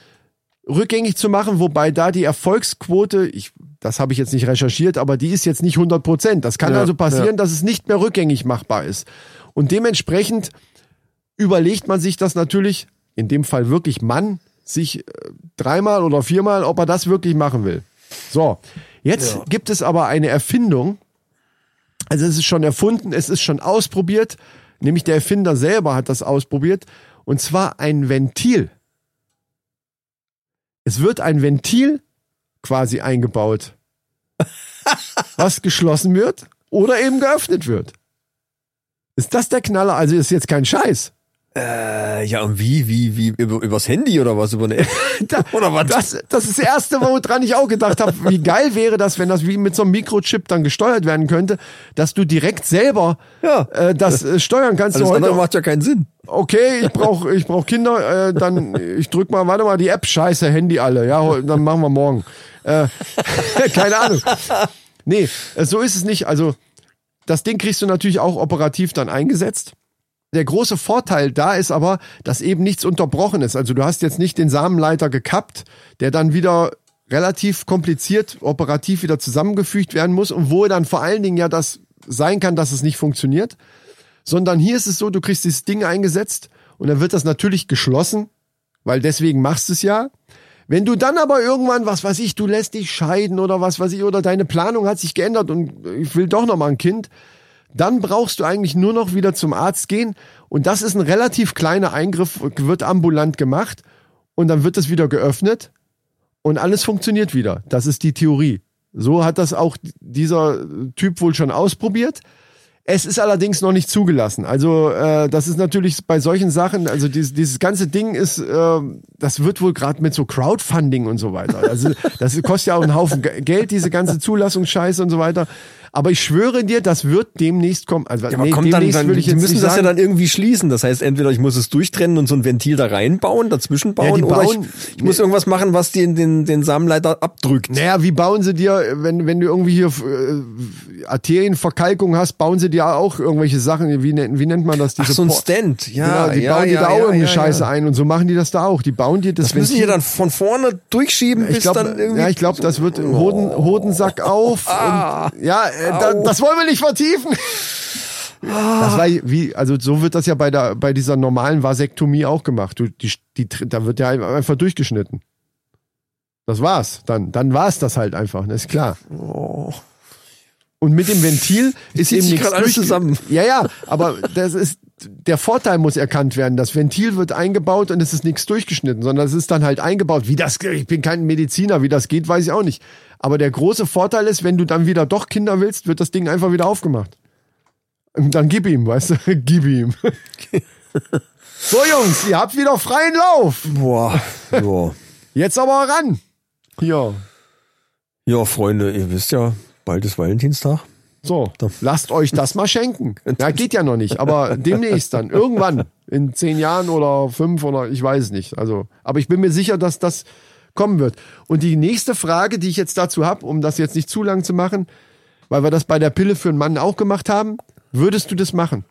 S2: rückgängig zu machen, wobei da die Erfolgsquote, ich, das habe ich jetzt nicht recherchiert, aber die ist jetzt nicht 100 Prozent. Das kann
S1: Ja,
S2: also passieren, dass es nicht mehr rückgängig machbar ist. Und dementsprechend überlegt man sich das natürlich, in dem Fall wirklich Mann, sich äh, dreimal oder viermal, ob er das wirklich machen will. So, jetzt gibt es aber eine Erfindung, also es ist schon erfunden, es ist schon ausprobiert, nämlich der Erfinder selber hat das ausprobiert, und zwar ein Ventil. Es wird ein Ventil
S1: (laughs)
S2: quasi eingebaut, was geschlossen wird oder eben geöffnet wird. Ist das der Knaller? Also ist jetzt kein Scheiß.
S1: Äh, ja, und wie, wie, wie, über, übers Handy oder was? Über eine (laughs) App?
S2: Da,
S1: Oder was?
S2: Das, das ist das Erste, woran ich auch gedacht habe, wie geil wäre das, wenn das wie mit so einem Mikrochip dann gesteuert werden könnte, dass du direkt selber
S1: Ja.
S2: äh, das äh, steuern kannst.
S1: Alles
S2: Du
S1: andere
S2: heute,
S1: macht ja keinen Sinn.
S2: okay, ich brauche ich brauch Kinder, äh, dann ich drück mal, warte mal, die App, scheiße, Handy alle, ja, hol- dann machen wir morgen. Äh, (laughs) keine Ahnung. Nee, äh, so ist es nicht. Also das Ding kriegst du natürlich auch operativ dann eingesetzt. Der große Vorteil da ist aber, dass eben nichts unterbrochen ist. Also du hast jetzt nicht den Samenleiter gekappt, der dann wieder relativ kompliziert operativ wieder zusammengefügt werden muss und wo dann vor allen Dingen ja das sein kann, dass es nicht funktioniert. Sondern hier ist es so, du kriegst dieses Ding eingesetzt und dann wird das natürlich geschlossen, weil deswegen machst du es ja. Wenn du dann aber irgendwann, was weiß ich, du lässt dich scheiden oder was weiß ich, oder deine Planung hat sich geändert und ich will doch noch mal ein Kind, dann brauchst du eigentlich nur noch wieder zum Arzt gehen und das ist ein relativ kleiner Eingriff, wird ambulant gemacht und dann wird es wieder geöffnet und alles funktioniert wieder. Das ist die Theorie. So hat das auch dieser Typ wohl schon ausprobiert. Es ist allerdings noch nicht zugelassen. Also äh, das ist natürlich bei solchen Sachen, also dieses, dieses ganze Ding ist, äh, das wird wohl gerade mit so Crowdfunding und so weiter. Also das kostet ja auch einen Haufen Ge- Geld, diese ganze Zulassungsscheiße und so weiter. Aber ich schwöre dir, das wird demnächst kommen. Also
S1: Ja, aber
S2: nee,
S1: kommt dann,
S2: demnächst
S1: dann
S2: will ich
S1: die
S2: jetzt
S1: müssen
S2: nicht
S1: das
S2: sagen.
S1: ja dann irgendwie schließen. Das heißt, entweder ich muss es durchtrennen und so ein Ventil da reinbauen, dazwischen
S2: Ja,
S1: bauen,
S2: die
S1: oder
S2: bauen-
S1: ich, ich muss irgendwas machen, was den, den, den Samenleiter abdrückt.
S2: Naja, wie bauen sie dir, wenn, wenn du irgendwie hier äh, Arterienverkalkung hast, bauen sie dir auch irgendwelche Sachen, wie, nennt- wie nennt man das?
S1: Ach,
S2: Diese
S1: so ein
S2: Por-
S1: Stand. Ja,
S2: genau, die
S1: ja,
S2: bauen dir
S1: ja,
S2: da auch
S1: ja,
S2: irgendeine
S1: ja,
S2: Scheiße
S1: ja.
S2: ein und so machen die das da auch. Die bauen dir das
S1: Das müssen die
S2: Ventil-
S1: dann von vorne durchschieben,
S2: ich
S1: bis
S2: glaube,
S1: dann irgendwie. Oh.
S2: ja, ich glaube, das wird Hoden, Hodensack auf.
S1: Ah.
S2: Und, ja, äh, da, das wollen wir nicht vertiefen.
S1: Ah.
S2: Das war wie, also so wird das ja bei der, bei dieser normalen Vasektomie auch gemacht. Du, die, die, da wird ja einfach durchgeschnitten. Das war's. Dann, dann war's das halt einfach. Das ist klar. Und mit dem Ventil
S1: Oh.
S2: ist
S1: zieht
S2: eben
S1: sich
S2: nichts
S1: grad alles
S2: durchge-
S1: zusammen.
S2: Ja, ja, aber das ist der Vorteil muss erkannt werden. Das Ventil wird eingebaut und es ist nichts durchgeschnitten, sondern es ist dann halt eingebaut. Wie das, ich bin kein Mediziner, wie das geht, weiß ich auch nicht. Aber der große Vorteil ist, wenn du dann wieder doch Kinder willst, wird das Ding einfach wieder aufgemacht. Und dann gib ihm, weißt du, (laughs)
S1: (laughs)
S2: gib ihm. so Jungs, ihr habt wieder freien Lauf.
S1: Boah. (laughs) Ja.
S2: Jetzt aber ran. Ja.
S1: ja, Freunde, ihr wisst ja, bald ist Valentinstag.
S2: So, lasst euch das mal schenken. Na, geht ja noch nicht, aber demnächst dann. Irgendwann. In zehn Jahren oder fünf oder ich weiß es nicht. Also, aber ich bin mir sicher, dass das kommen wird. Und die nächste Frage, die ich jetzt dazu habe, um das jetzt nicht zu lang zu machen, weil wir das bei der Pille für einen Mann auch gemacht haben, würdest du das machen?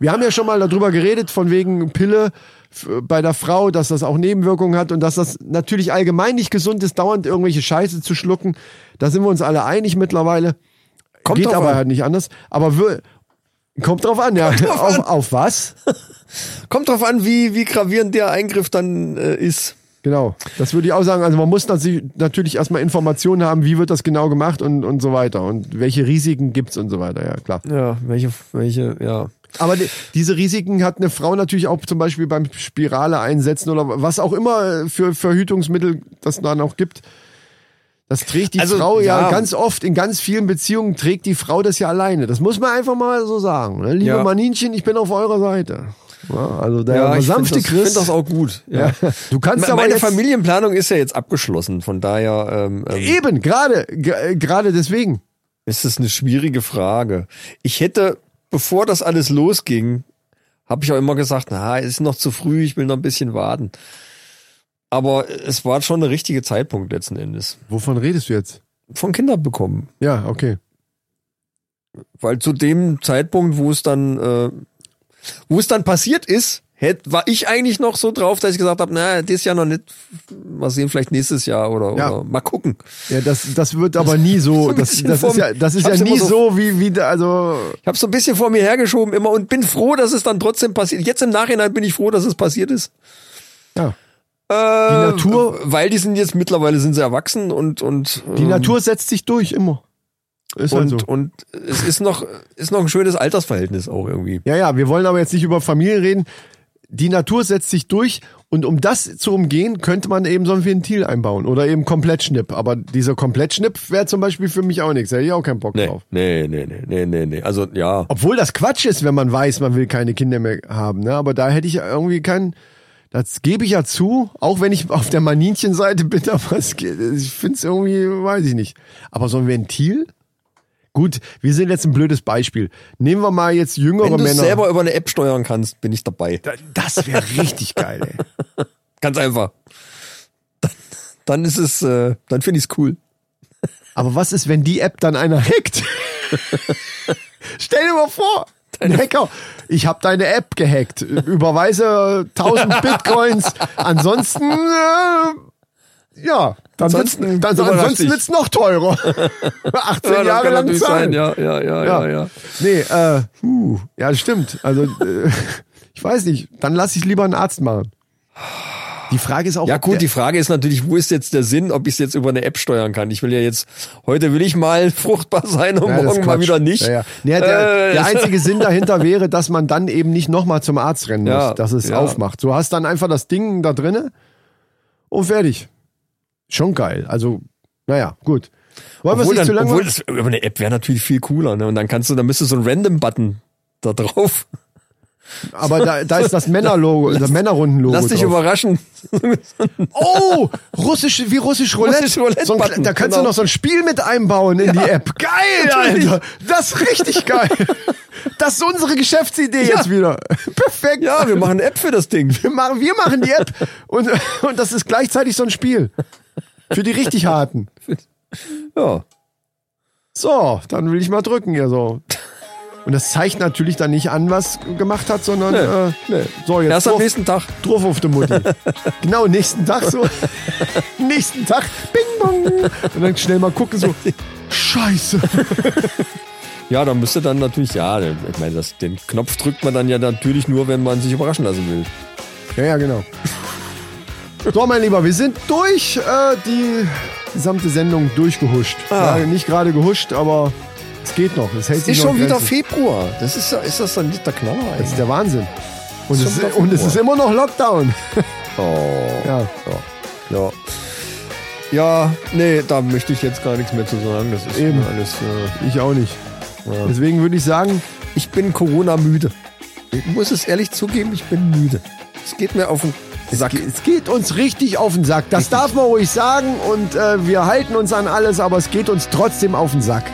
S2: Wir haben ja schon mal darüber geredet, von wegen Pille f- bei der Frau, dass das auch Nebenwirkungen hat und dass das natürlich allgemein nicht gesund ist, dauernd irgendwelche Scheiße zu schlucken. Da sind wir uns alle einig mittlerweile. Kommt Geht
S1: drauf
S2: aber
S1: an.
S2: halt nicht anders. Aber wür- kommt drauf an, ja. auf, auf was?
S1: Kommt drauf an, wie, wie gravierend der Eingriff dann äh, ist.
S2: Genau. Das würde ich auch sagen. Also man muss natürlich, natürlich erstmal Informationen haben, wie wird das genau gemacht und, und so weiter. Und welche Risiken gibt's und so weiter, ja klar.
S1: Ja, welche, welche, ja.
S2: Aber die, diese Risiken hat eine Frau natürlich auch zum Beispiel beim Spirale einsetzen oder was auch immer für Verhütungsmittel das dann auch gibt. Das trägt die
S1: Also,
S2: Frau ja,
S1: ja.
S2: ganz oft, in ganz vielen Beziehungen trägt die Frau das ja alleine. Das muss man einfach mal so sagen. Ne? Liebe
S1: Ja.
S2: Maninchen, ich bin auf eurer Seite. Ja, also der
S1: ich
S2: sanfte
S1: find das-
S2: Chris.
S1: find das auch gut. Ja.
S2: Du kannst
S1: Me-
S2: aber
S1: Meine
S2: jetzt-
S1: Familienplanung ist ja jetzt abgeschlossen, von daher ähm, ähm,
S2: Eben, gerade, ge- gerade deswegen.
S1: ist es eine schwierige Frage. Ich hätte, bevor das alles losging, Habe ich auch immer gesagt, na, es ist noch zu früh, ich will noch ein bisschen warten. Aber es war schon der richtige Zeitpunkt letzten Endes.
S2: Wovon redest du jetzt?
S1: Von Kindern bekommen.
S2: Ja, okay.
S1: Weil zu dem Zeitpunkt, wo es dann, äh, wo es dann passiert ist, hätte, war ich eigentlich noch so drauf, dass ich gesagt habe, naja, dieses Jahr noch nicht, mal sehen, vielleicht nächstes Jahr oder,
S2: Ja.
S1: oder mal gucken.
S2: Ja, das, das wird aber nie (laughs) so.
S1: ein
S2: Das,
S1: bisschen
S2: das
S1: vom-
S2: ist ja, das
S1: ich
S2: ist ja
S1: hab's immer
S2: nie
S1: so-
S2: so wie, wie da, also
S1: Ich habe so ein bisschen vor mir hergeschoben immer und bin froh, dass es dann trotzdem passiert. Jetzt im Nachhinein bin ich froh, dass es passiert ist.
S2: ja.
S1: Die
S2: Natur-
S1: weil die sind jetzt mittlerweile sind sie erwachsen und und
S2: Die
S1: ähm,
S2: Natur setzt sich durch immer. Ist
S1: und
S2: halt so.
S1: und es ist noch ist noch ein schönes Altersverhältnis auch irgendwie.
S2: Ja, ja, wir wollen aber jetzt nicht über Familien reden. Die Natur setzt sich durch und um das zu umgehen, könnte man eben so ein Ventil einbauen oder eben Komplettschnipp. Aber dieser Komplettschnipp wäre zum Beispiel für mich auch nichts. Hätte ich auch keinen Bock drauf.
S1: nee, nee, nee, nee, nee, nee. Also ja,
S2: Obwohl das Quatsch ist, wenn man weiß, man will keine Kinder mehr haben. Ne? Aber da hätte ich irgendwie keinen. Das gebe ich ja zu, auch wenn ich auf der Maninchenseite bin, (laughs) aber es geht, ich finde es irgendwie, weiß ich nicht. Aber so ein Ventil? Gut, wir sind jetzt ein blödes Beispiel. Nehmen wir mal jetzt jüngere
S1: wenn du es
S2: Männer.
S1: selber über eine App steuern kannst, bin ich dabei.
S2: Da- Das wäre richtig geil, ey.
S1: Ganz einfach. Dann, dann ist es, äh, dann finde ich es cool.
S2: Aber was ist, wenn die App dann
S1: (laughs)
S2: einer hackt? Stell dir mal vor, ein Hacker, ich habe deine App gehackt. Überweise
S1: (laughs)
S2: 1000 Bitcoins. Ansonsten, äh, ja, dann wird's-
S1: Ansonsten
S2: dann,
S1: überrascht
S2: ansonsten
S1: dich.
S2: wird's noch
S1: (laughs)
S2: teurer. 18
S1: dann
S2: Jahre
S1: kann
S2: lang
S1: natürlich sein,
S2: zahlen.
S1: ja, ja, ja, ja, ja.
S2: Nee, äh, puh, ja, stimmt. Also, äh, (laughs) ich weiß nicht, dann lasse ich lieber einen Arzt machen. Die Frage ist auch,
S1: Ja
S2: ob
S1: gut,
S2: der-
S1: die Frage ist natürlich, wo ist jetzt der Sinn, ob ich es jetzt über eine App steuern kann? Ich will ja jetzt, heute will ich mal (laughs) fruchtbar sein und
S2: Ja, das
S1: morgen
S2: ist
S1: mal
S2: Quatsch.
S1: wieder nicht.
S2: Ja, ja. Ja, der,
S1: Äh,
S2: der einzige Sinn dahinter wäre, dass man dann eben nicht nochmal zum Arzt rennen
S1: Ja,
S2: muss, dass es
S1: ja.
S2: aufmacht. Du hast dann einfach das Ding da drinne und fertig. Schon geil. Also, naja, gut. Wollen wir es
S1: obwohl
S2: nicht
S1: dann,
S2: zu lange
S1: obwohl
S2: machen?
S1: das, über eine App wäre natürlich viel cooler. Ne? Und dann kannst du, dann müsstest du so einen Random-Button da drauf.
S2: Aber da, da ist
S1: (laughs)
S2: das Männerlogo, das Männerrundenlogo.
S1: Lass dich
S2: drauf.
S1: überraschen.
S2: Oh, russisch, wie russisch Roulette.
S1: Russisch Roulette
S2: so ein,
S1: Button,
S2: kle- da kannst
S1: genau.
S2: du noch so ein Spiel mit einbauen in die App. Geil,
S1: Natürlich.
S2: Alter. Das ist
S1: (laughs)
S2: richtig geil. Das ist unsere Geschäftsidee jetzt wieder. (laughs) Perfekt.
S1: Ja, wir machen eine App für das
S2: (laughs)
S1: Ding.
S2: Wir machen, wir machen die App und, und das ist gleichzeitig so ein Spiel. Für die richtig harten.
S1: Ja.
S2: So, dann will ich mal drücken hier so. Und das zeigt natürlich dann nicht an, was gemacht hat, sondern äh, so jetzt
S1: Erst am
S2: drauf-
S1: nächsten Tag.
S2: drauf auf die Mutti. genau, nächsten Tag
S1: (laughs)
S2: so. nächsten Tag, bing bong. Und dann schnell mal gucken so. Scheiße.
S1: Ja, dann müsste dann natürlich, ja, ich meine, das, den Knopf drückt man dann ja natürlich nur, wenn man sich überraschen lassen will.
S2: Ja, ja, genau. So, mein Lieber, wir sind durch äh, die gesamte Sendung durchgehuscht. Ja, nicht gerade gehuscht, aber es geht noch. Es hält
S1: Ah. Ist
S2: sich noch
S1: schon
S2: in
S1: wieder
S2: Grenzen.
S1: Februar. Das ist, ja- ist das dann nicht der Knaller?
S2: Das
S1: Ey.
S2: ist der Wahnsinn. Und, es,
S1: schon
S2: ist,
S1: wieder
S2: und es
S1: Februar.
S2: ist immer noch Lockdown.
S1: Oh.
S2: Ja.
S1: Ja. Ja, nee, da möchte ich jetzt gar nichts mehr zu sagen. Das ist
S2: Eben.
S1: mir alles. Äh,
S2: Ich auch nicht. Deswegen würde ich sagen,
S1: ich bin Corona müde. Ich muss es ehrlich zugeben, ich bin müde. Es geht mir auf den Sack.
S2: es geht uns richtig auf den Sack. Das darf man ruhig sagen und äh, wir halten uns an alles, aber es geht uns trotzdem auf den Sack.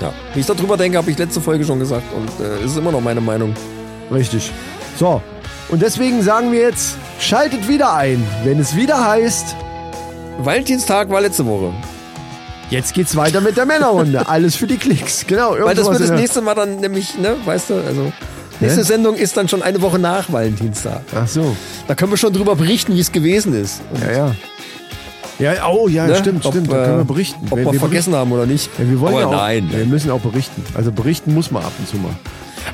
S1: Ja. Wie ich darüber denke, habe ich letzte Folge schon gesagt und äh, es ist immer noch meine Meinung.
S2: Richtig. So, und deswegen sagen wir jetzt, schaltet wieder ein, wenn es wieder heißt,
S1: Valentinstag war letzte Woche.
S2: jetzt geht's weiter mit
S1: (laughs)
S2: der Männerrunde. Alles für die Klicks. Genau.
S1: Weil das
S2: irgendwas
S1: wird das
S2: in der-
S1: nächste Mal dann nämlich, ne, weißt du, also. Nächste
S2: Hä?
S1: Sendung ist dann schon eine Woche nach Valentinstag.
S2: Ach so.
S1: Da können wir schon drüber berichten, wie es gewesen ist.
S2: Ja, ja. Ja, oh ja,
S1: Ne?
S2: stimmt,
S1: Ob,
S2: stimmt. Da können
S1: äh,
S2: wir berichten.
S1: Ob
S2: Wenn
S1: wir
S2: wir
S1: vergessen haben oder nicht.
S2: Ja, wir wollen
S1: Aber
S2: ja auch,
S1: nein.
S2: Wir müssen auch berichten. Also berichten muss man ab und zu mal.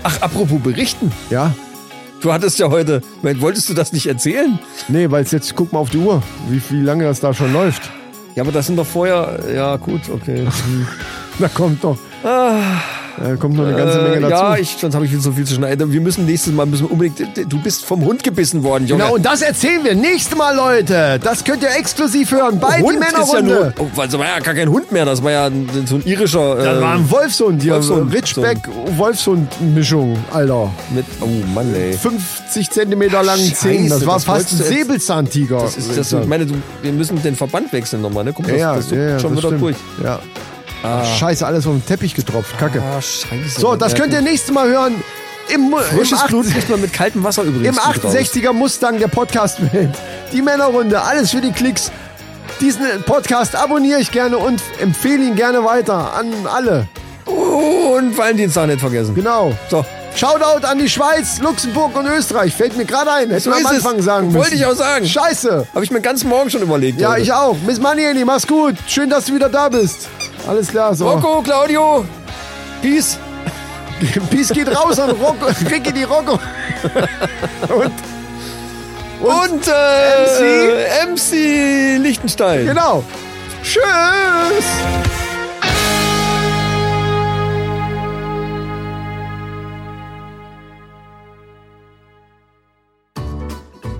S1: Ach, apropos berichten.
S2: Ja?
S1: Du hattest ja heute, mein, wolltest du das nicht erzählen?
S2: Nee, weil es jetzt, guck mal auf die Uhr, wie, wie lange das da schon läuft. (laughs)
S1: Ja, aber das sind doch vorher, ja gut, okay.
S2: Da kommt noch. Da kommt noch eine ganze
S1: Ah. Äh,
S2: Menge dazu.
S1: ja, ich, sonst habe ich viel zu viel zu schneiden. Wir müssen nächstes Mal müssen wir unbedingt, du bist vom Hund gebissen worden, Junge.
S2: Genau, und das erzählen wir nächste Mal, Leute. Das könnt ihr exklusiv hören bei
S1: Hund
S2: die
S1: ist ja
S2: Männerrunde.
S1: nur, oh, weil das war ja gar kein Hund mehr, das war ja ein, so ein irischer.
S2: das
S1: äh,
S2: war ein Wolfshund hier.
S1: Wolfshund.
S2: Ritschbeck-Wolfshund-Mischung, Alter.
S1: mit, oh Mann, ey.
S2: 50 Zentimeter langen
S1: Scheiße,
S2: Zehen. Das war
S1: das
S2: fast ein
S1: wolltest du jetzt-
S2: Säbelzahntiger.
S1: Das ist, das, ich meine, du, wir müssen den Verband wechseln nochmal, ne? Guck mal,
S2: ja, ja,
S1: das, das
S2: ja, ja,
S1: schon
S2: das
S1: wieder
S2: stimmt.
S1: durch.
S2: Ja. Scheiße, alles auf den Teppich getropft. Kacke.
S1: Ah, scheiße.
S2: So, das könnt ihr nächstes Mal hören. im,
S1: Frisches
S2: im,
S1: Blut kriegt man mit kaltem Wasser übrigens.
S2: im
S1: gut raus.
S2: 68er Mustang der Podcast-Welt. Die Männerrunde, alles für die Klicks. Diesen Podcast abonniere ich gerne und empfehle ihn gerne weiter an alle.
S1: Und Valentinstag nicht vergessen.
S2: Genau.
S1: So,
S2: Shoutout an die Schweiz, Luxemburg und Österreich. Fällt mir gerade ein. Hätte
S1: So
S2: man am
S1: ist es.
S2: Anfang sagen müssen.
S1: Wollte ich auch sagen.
S2: Scheiße.
S1: habe ich mir ganz morgen schon überlegt.
S2: Ja,
S1: heute.
S2: ich auch. Miss Manieli, mach's gut. Schön, dass du wieder da bist. Alles klar, so.
S1: Rocco, Claudio, Peace.
S2: (laughs) Peace geht raus an Rocco, (laughs) Ricky die Rocco.
S1: Und äh, MC? Lichtenstein.
S2: Genau. Tschüss.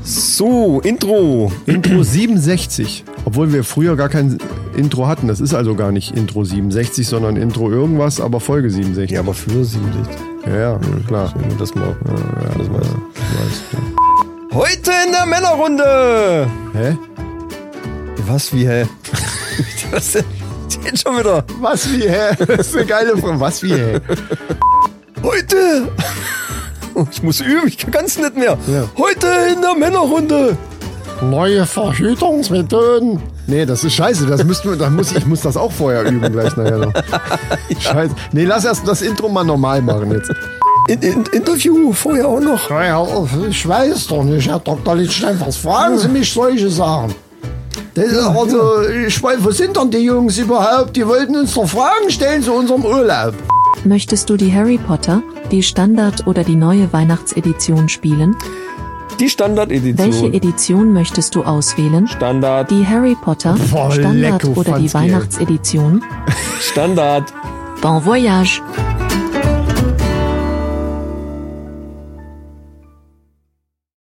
S1: So, Intro.
S2: Intro 67. Obwohl wir früher gar kein Intro hatten. Das ist also gar nicht Intro 67, sondern Intro irgendwas, aber Folge 67.
S1: Ja, aber für 67.
S2: Ja, ja, hm, klar.
S1: Wenn du das mal, ja, das weißt. Heute in der Männerrunde.
S2: Hä?
S1: Was, wie, hä? (laughs) Was denn? Steht schon wieder.
S2: Was wie, hä? Das ist eine geile Frage. Was wie, hä?
S1: Heute. Oh, Ich muss üben, ich kann ganz nicht mehr.
S2: Ja.
S1: Heute in der Männerrunde.
S2: Neue Verhütungsmethoden. Nee, das ist scheiße. Das müssten wir, da muss ich, ich muss das auch vorher üben gleich nachher (laughs) noch. Scheiße. Nee, lass erst das Intro mal normal machen jetzt.
S1: In, in, Interview vorher auch noch.
S2: Ich weiß doch nicht, Herr Dr. Lichtstein, was fragen Sie mich solche Sachen? Das ist also, ich weiß, wo sind denn die Jungs überhaupt? Die wollten uns doch Fragen stellen zu unserem Urlaub.
S7: Möchtest du die Harry Potter, die Standard- oder die neue Weihnachtsedition spielen?
S1: Die Standardedition.
S7: Welche Edition möchtest du auswählen?
S1: Standard,
S7: Die Harry Potter,
S2: Boah,
S7: Standard-
S2: lecko,
S7: oder die
S2: Franz Geld.
S7: Weihnachtsedition?
S1: Standard.
S7: Bon Voyage!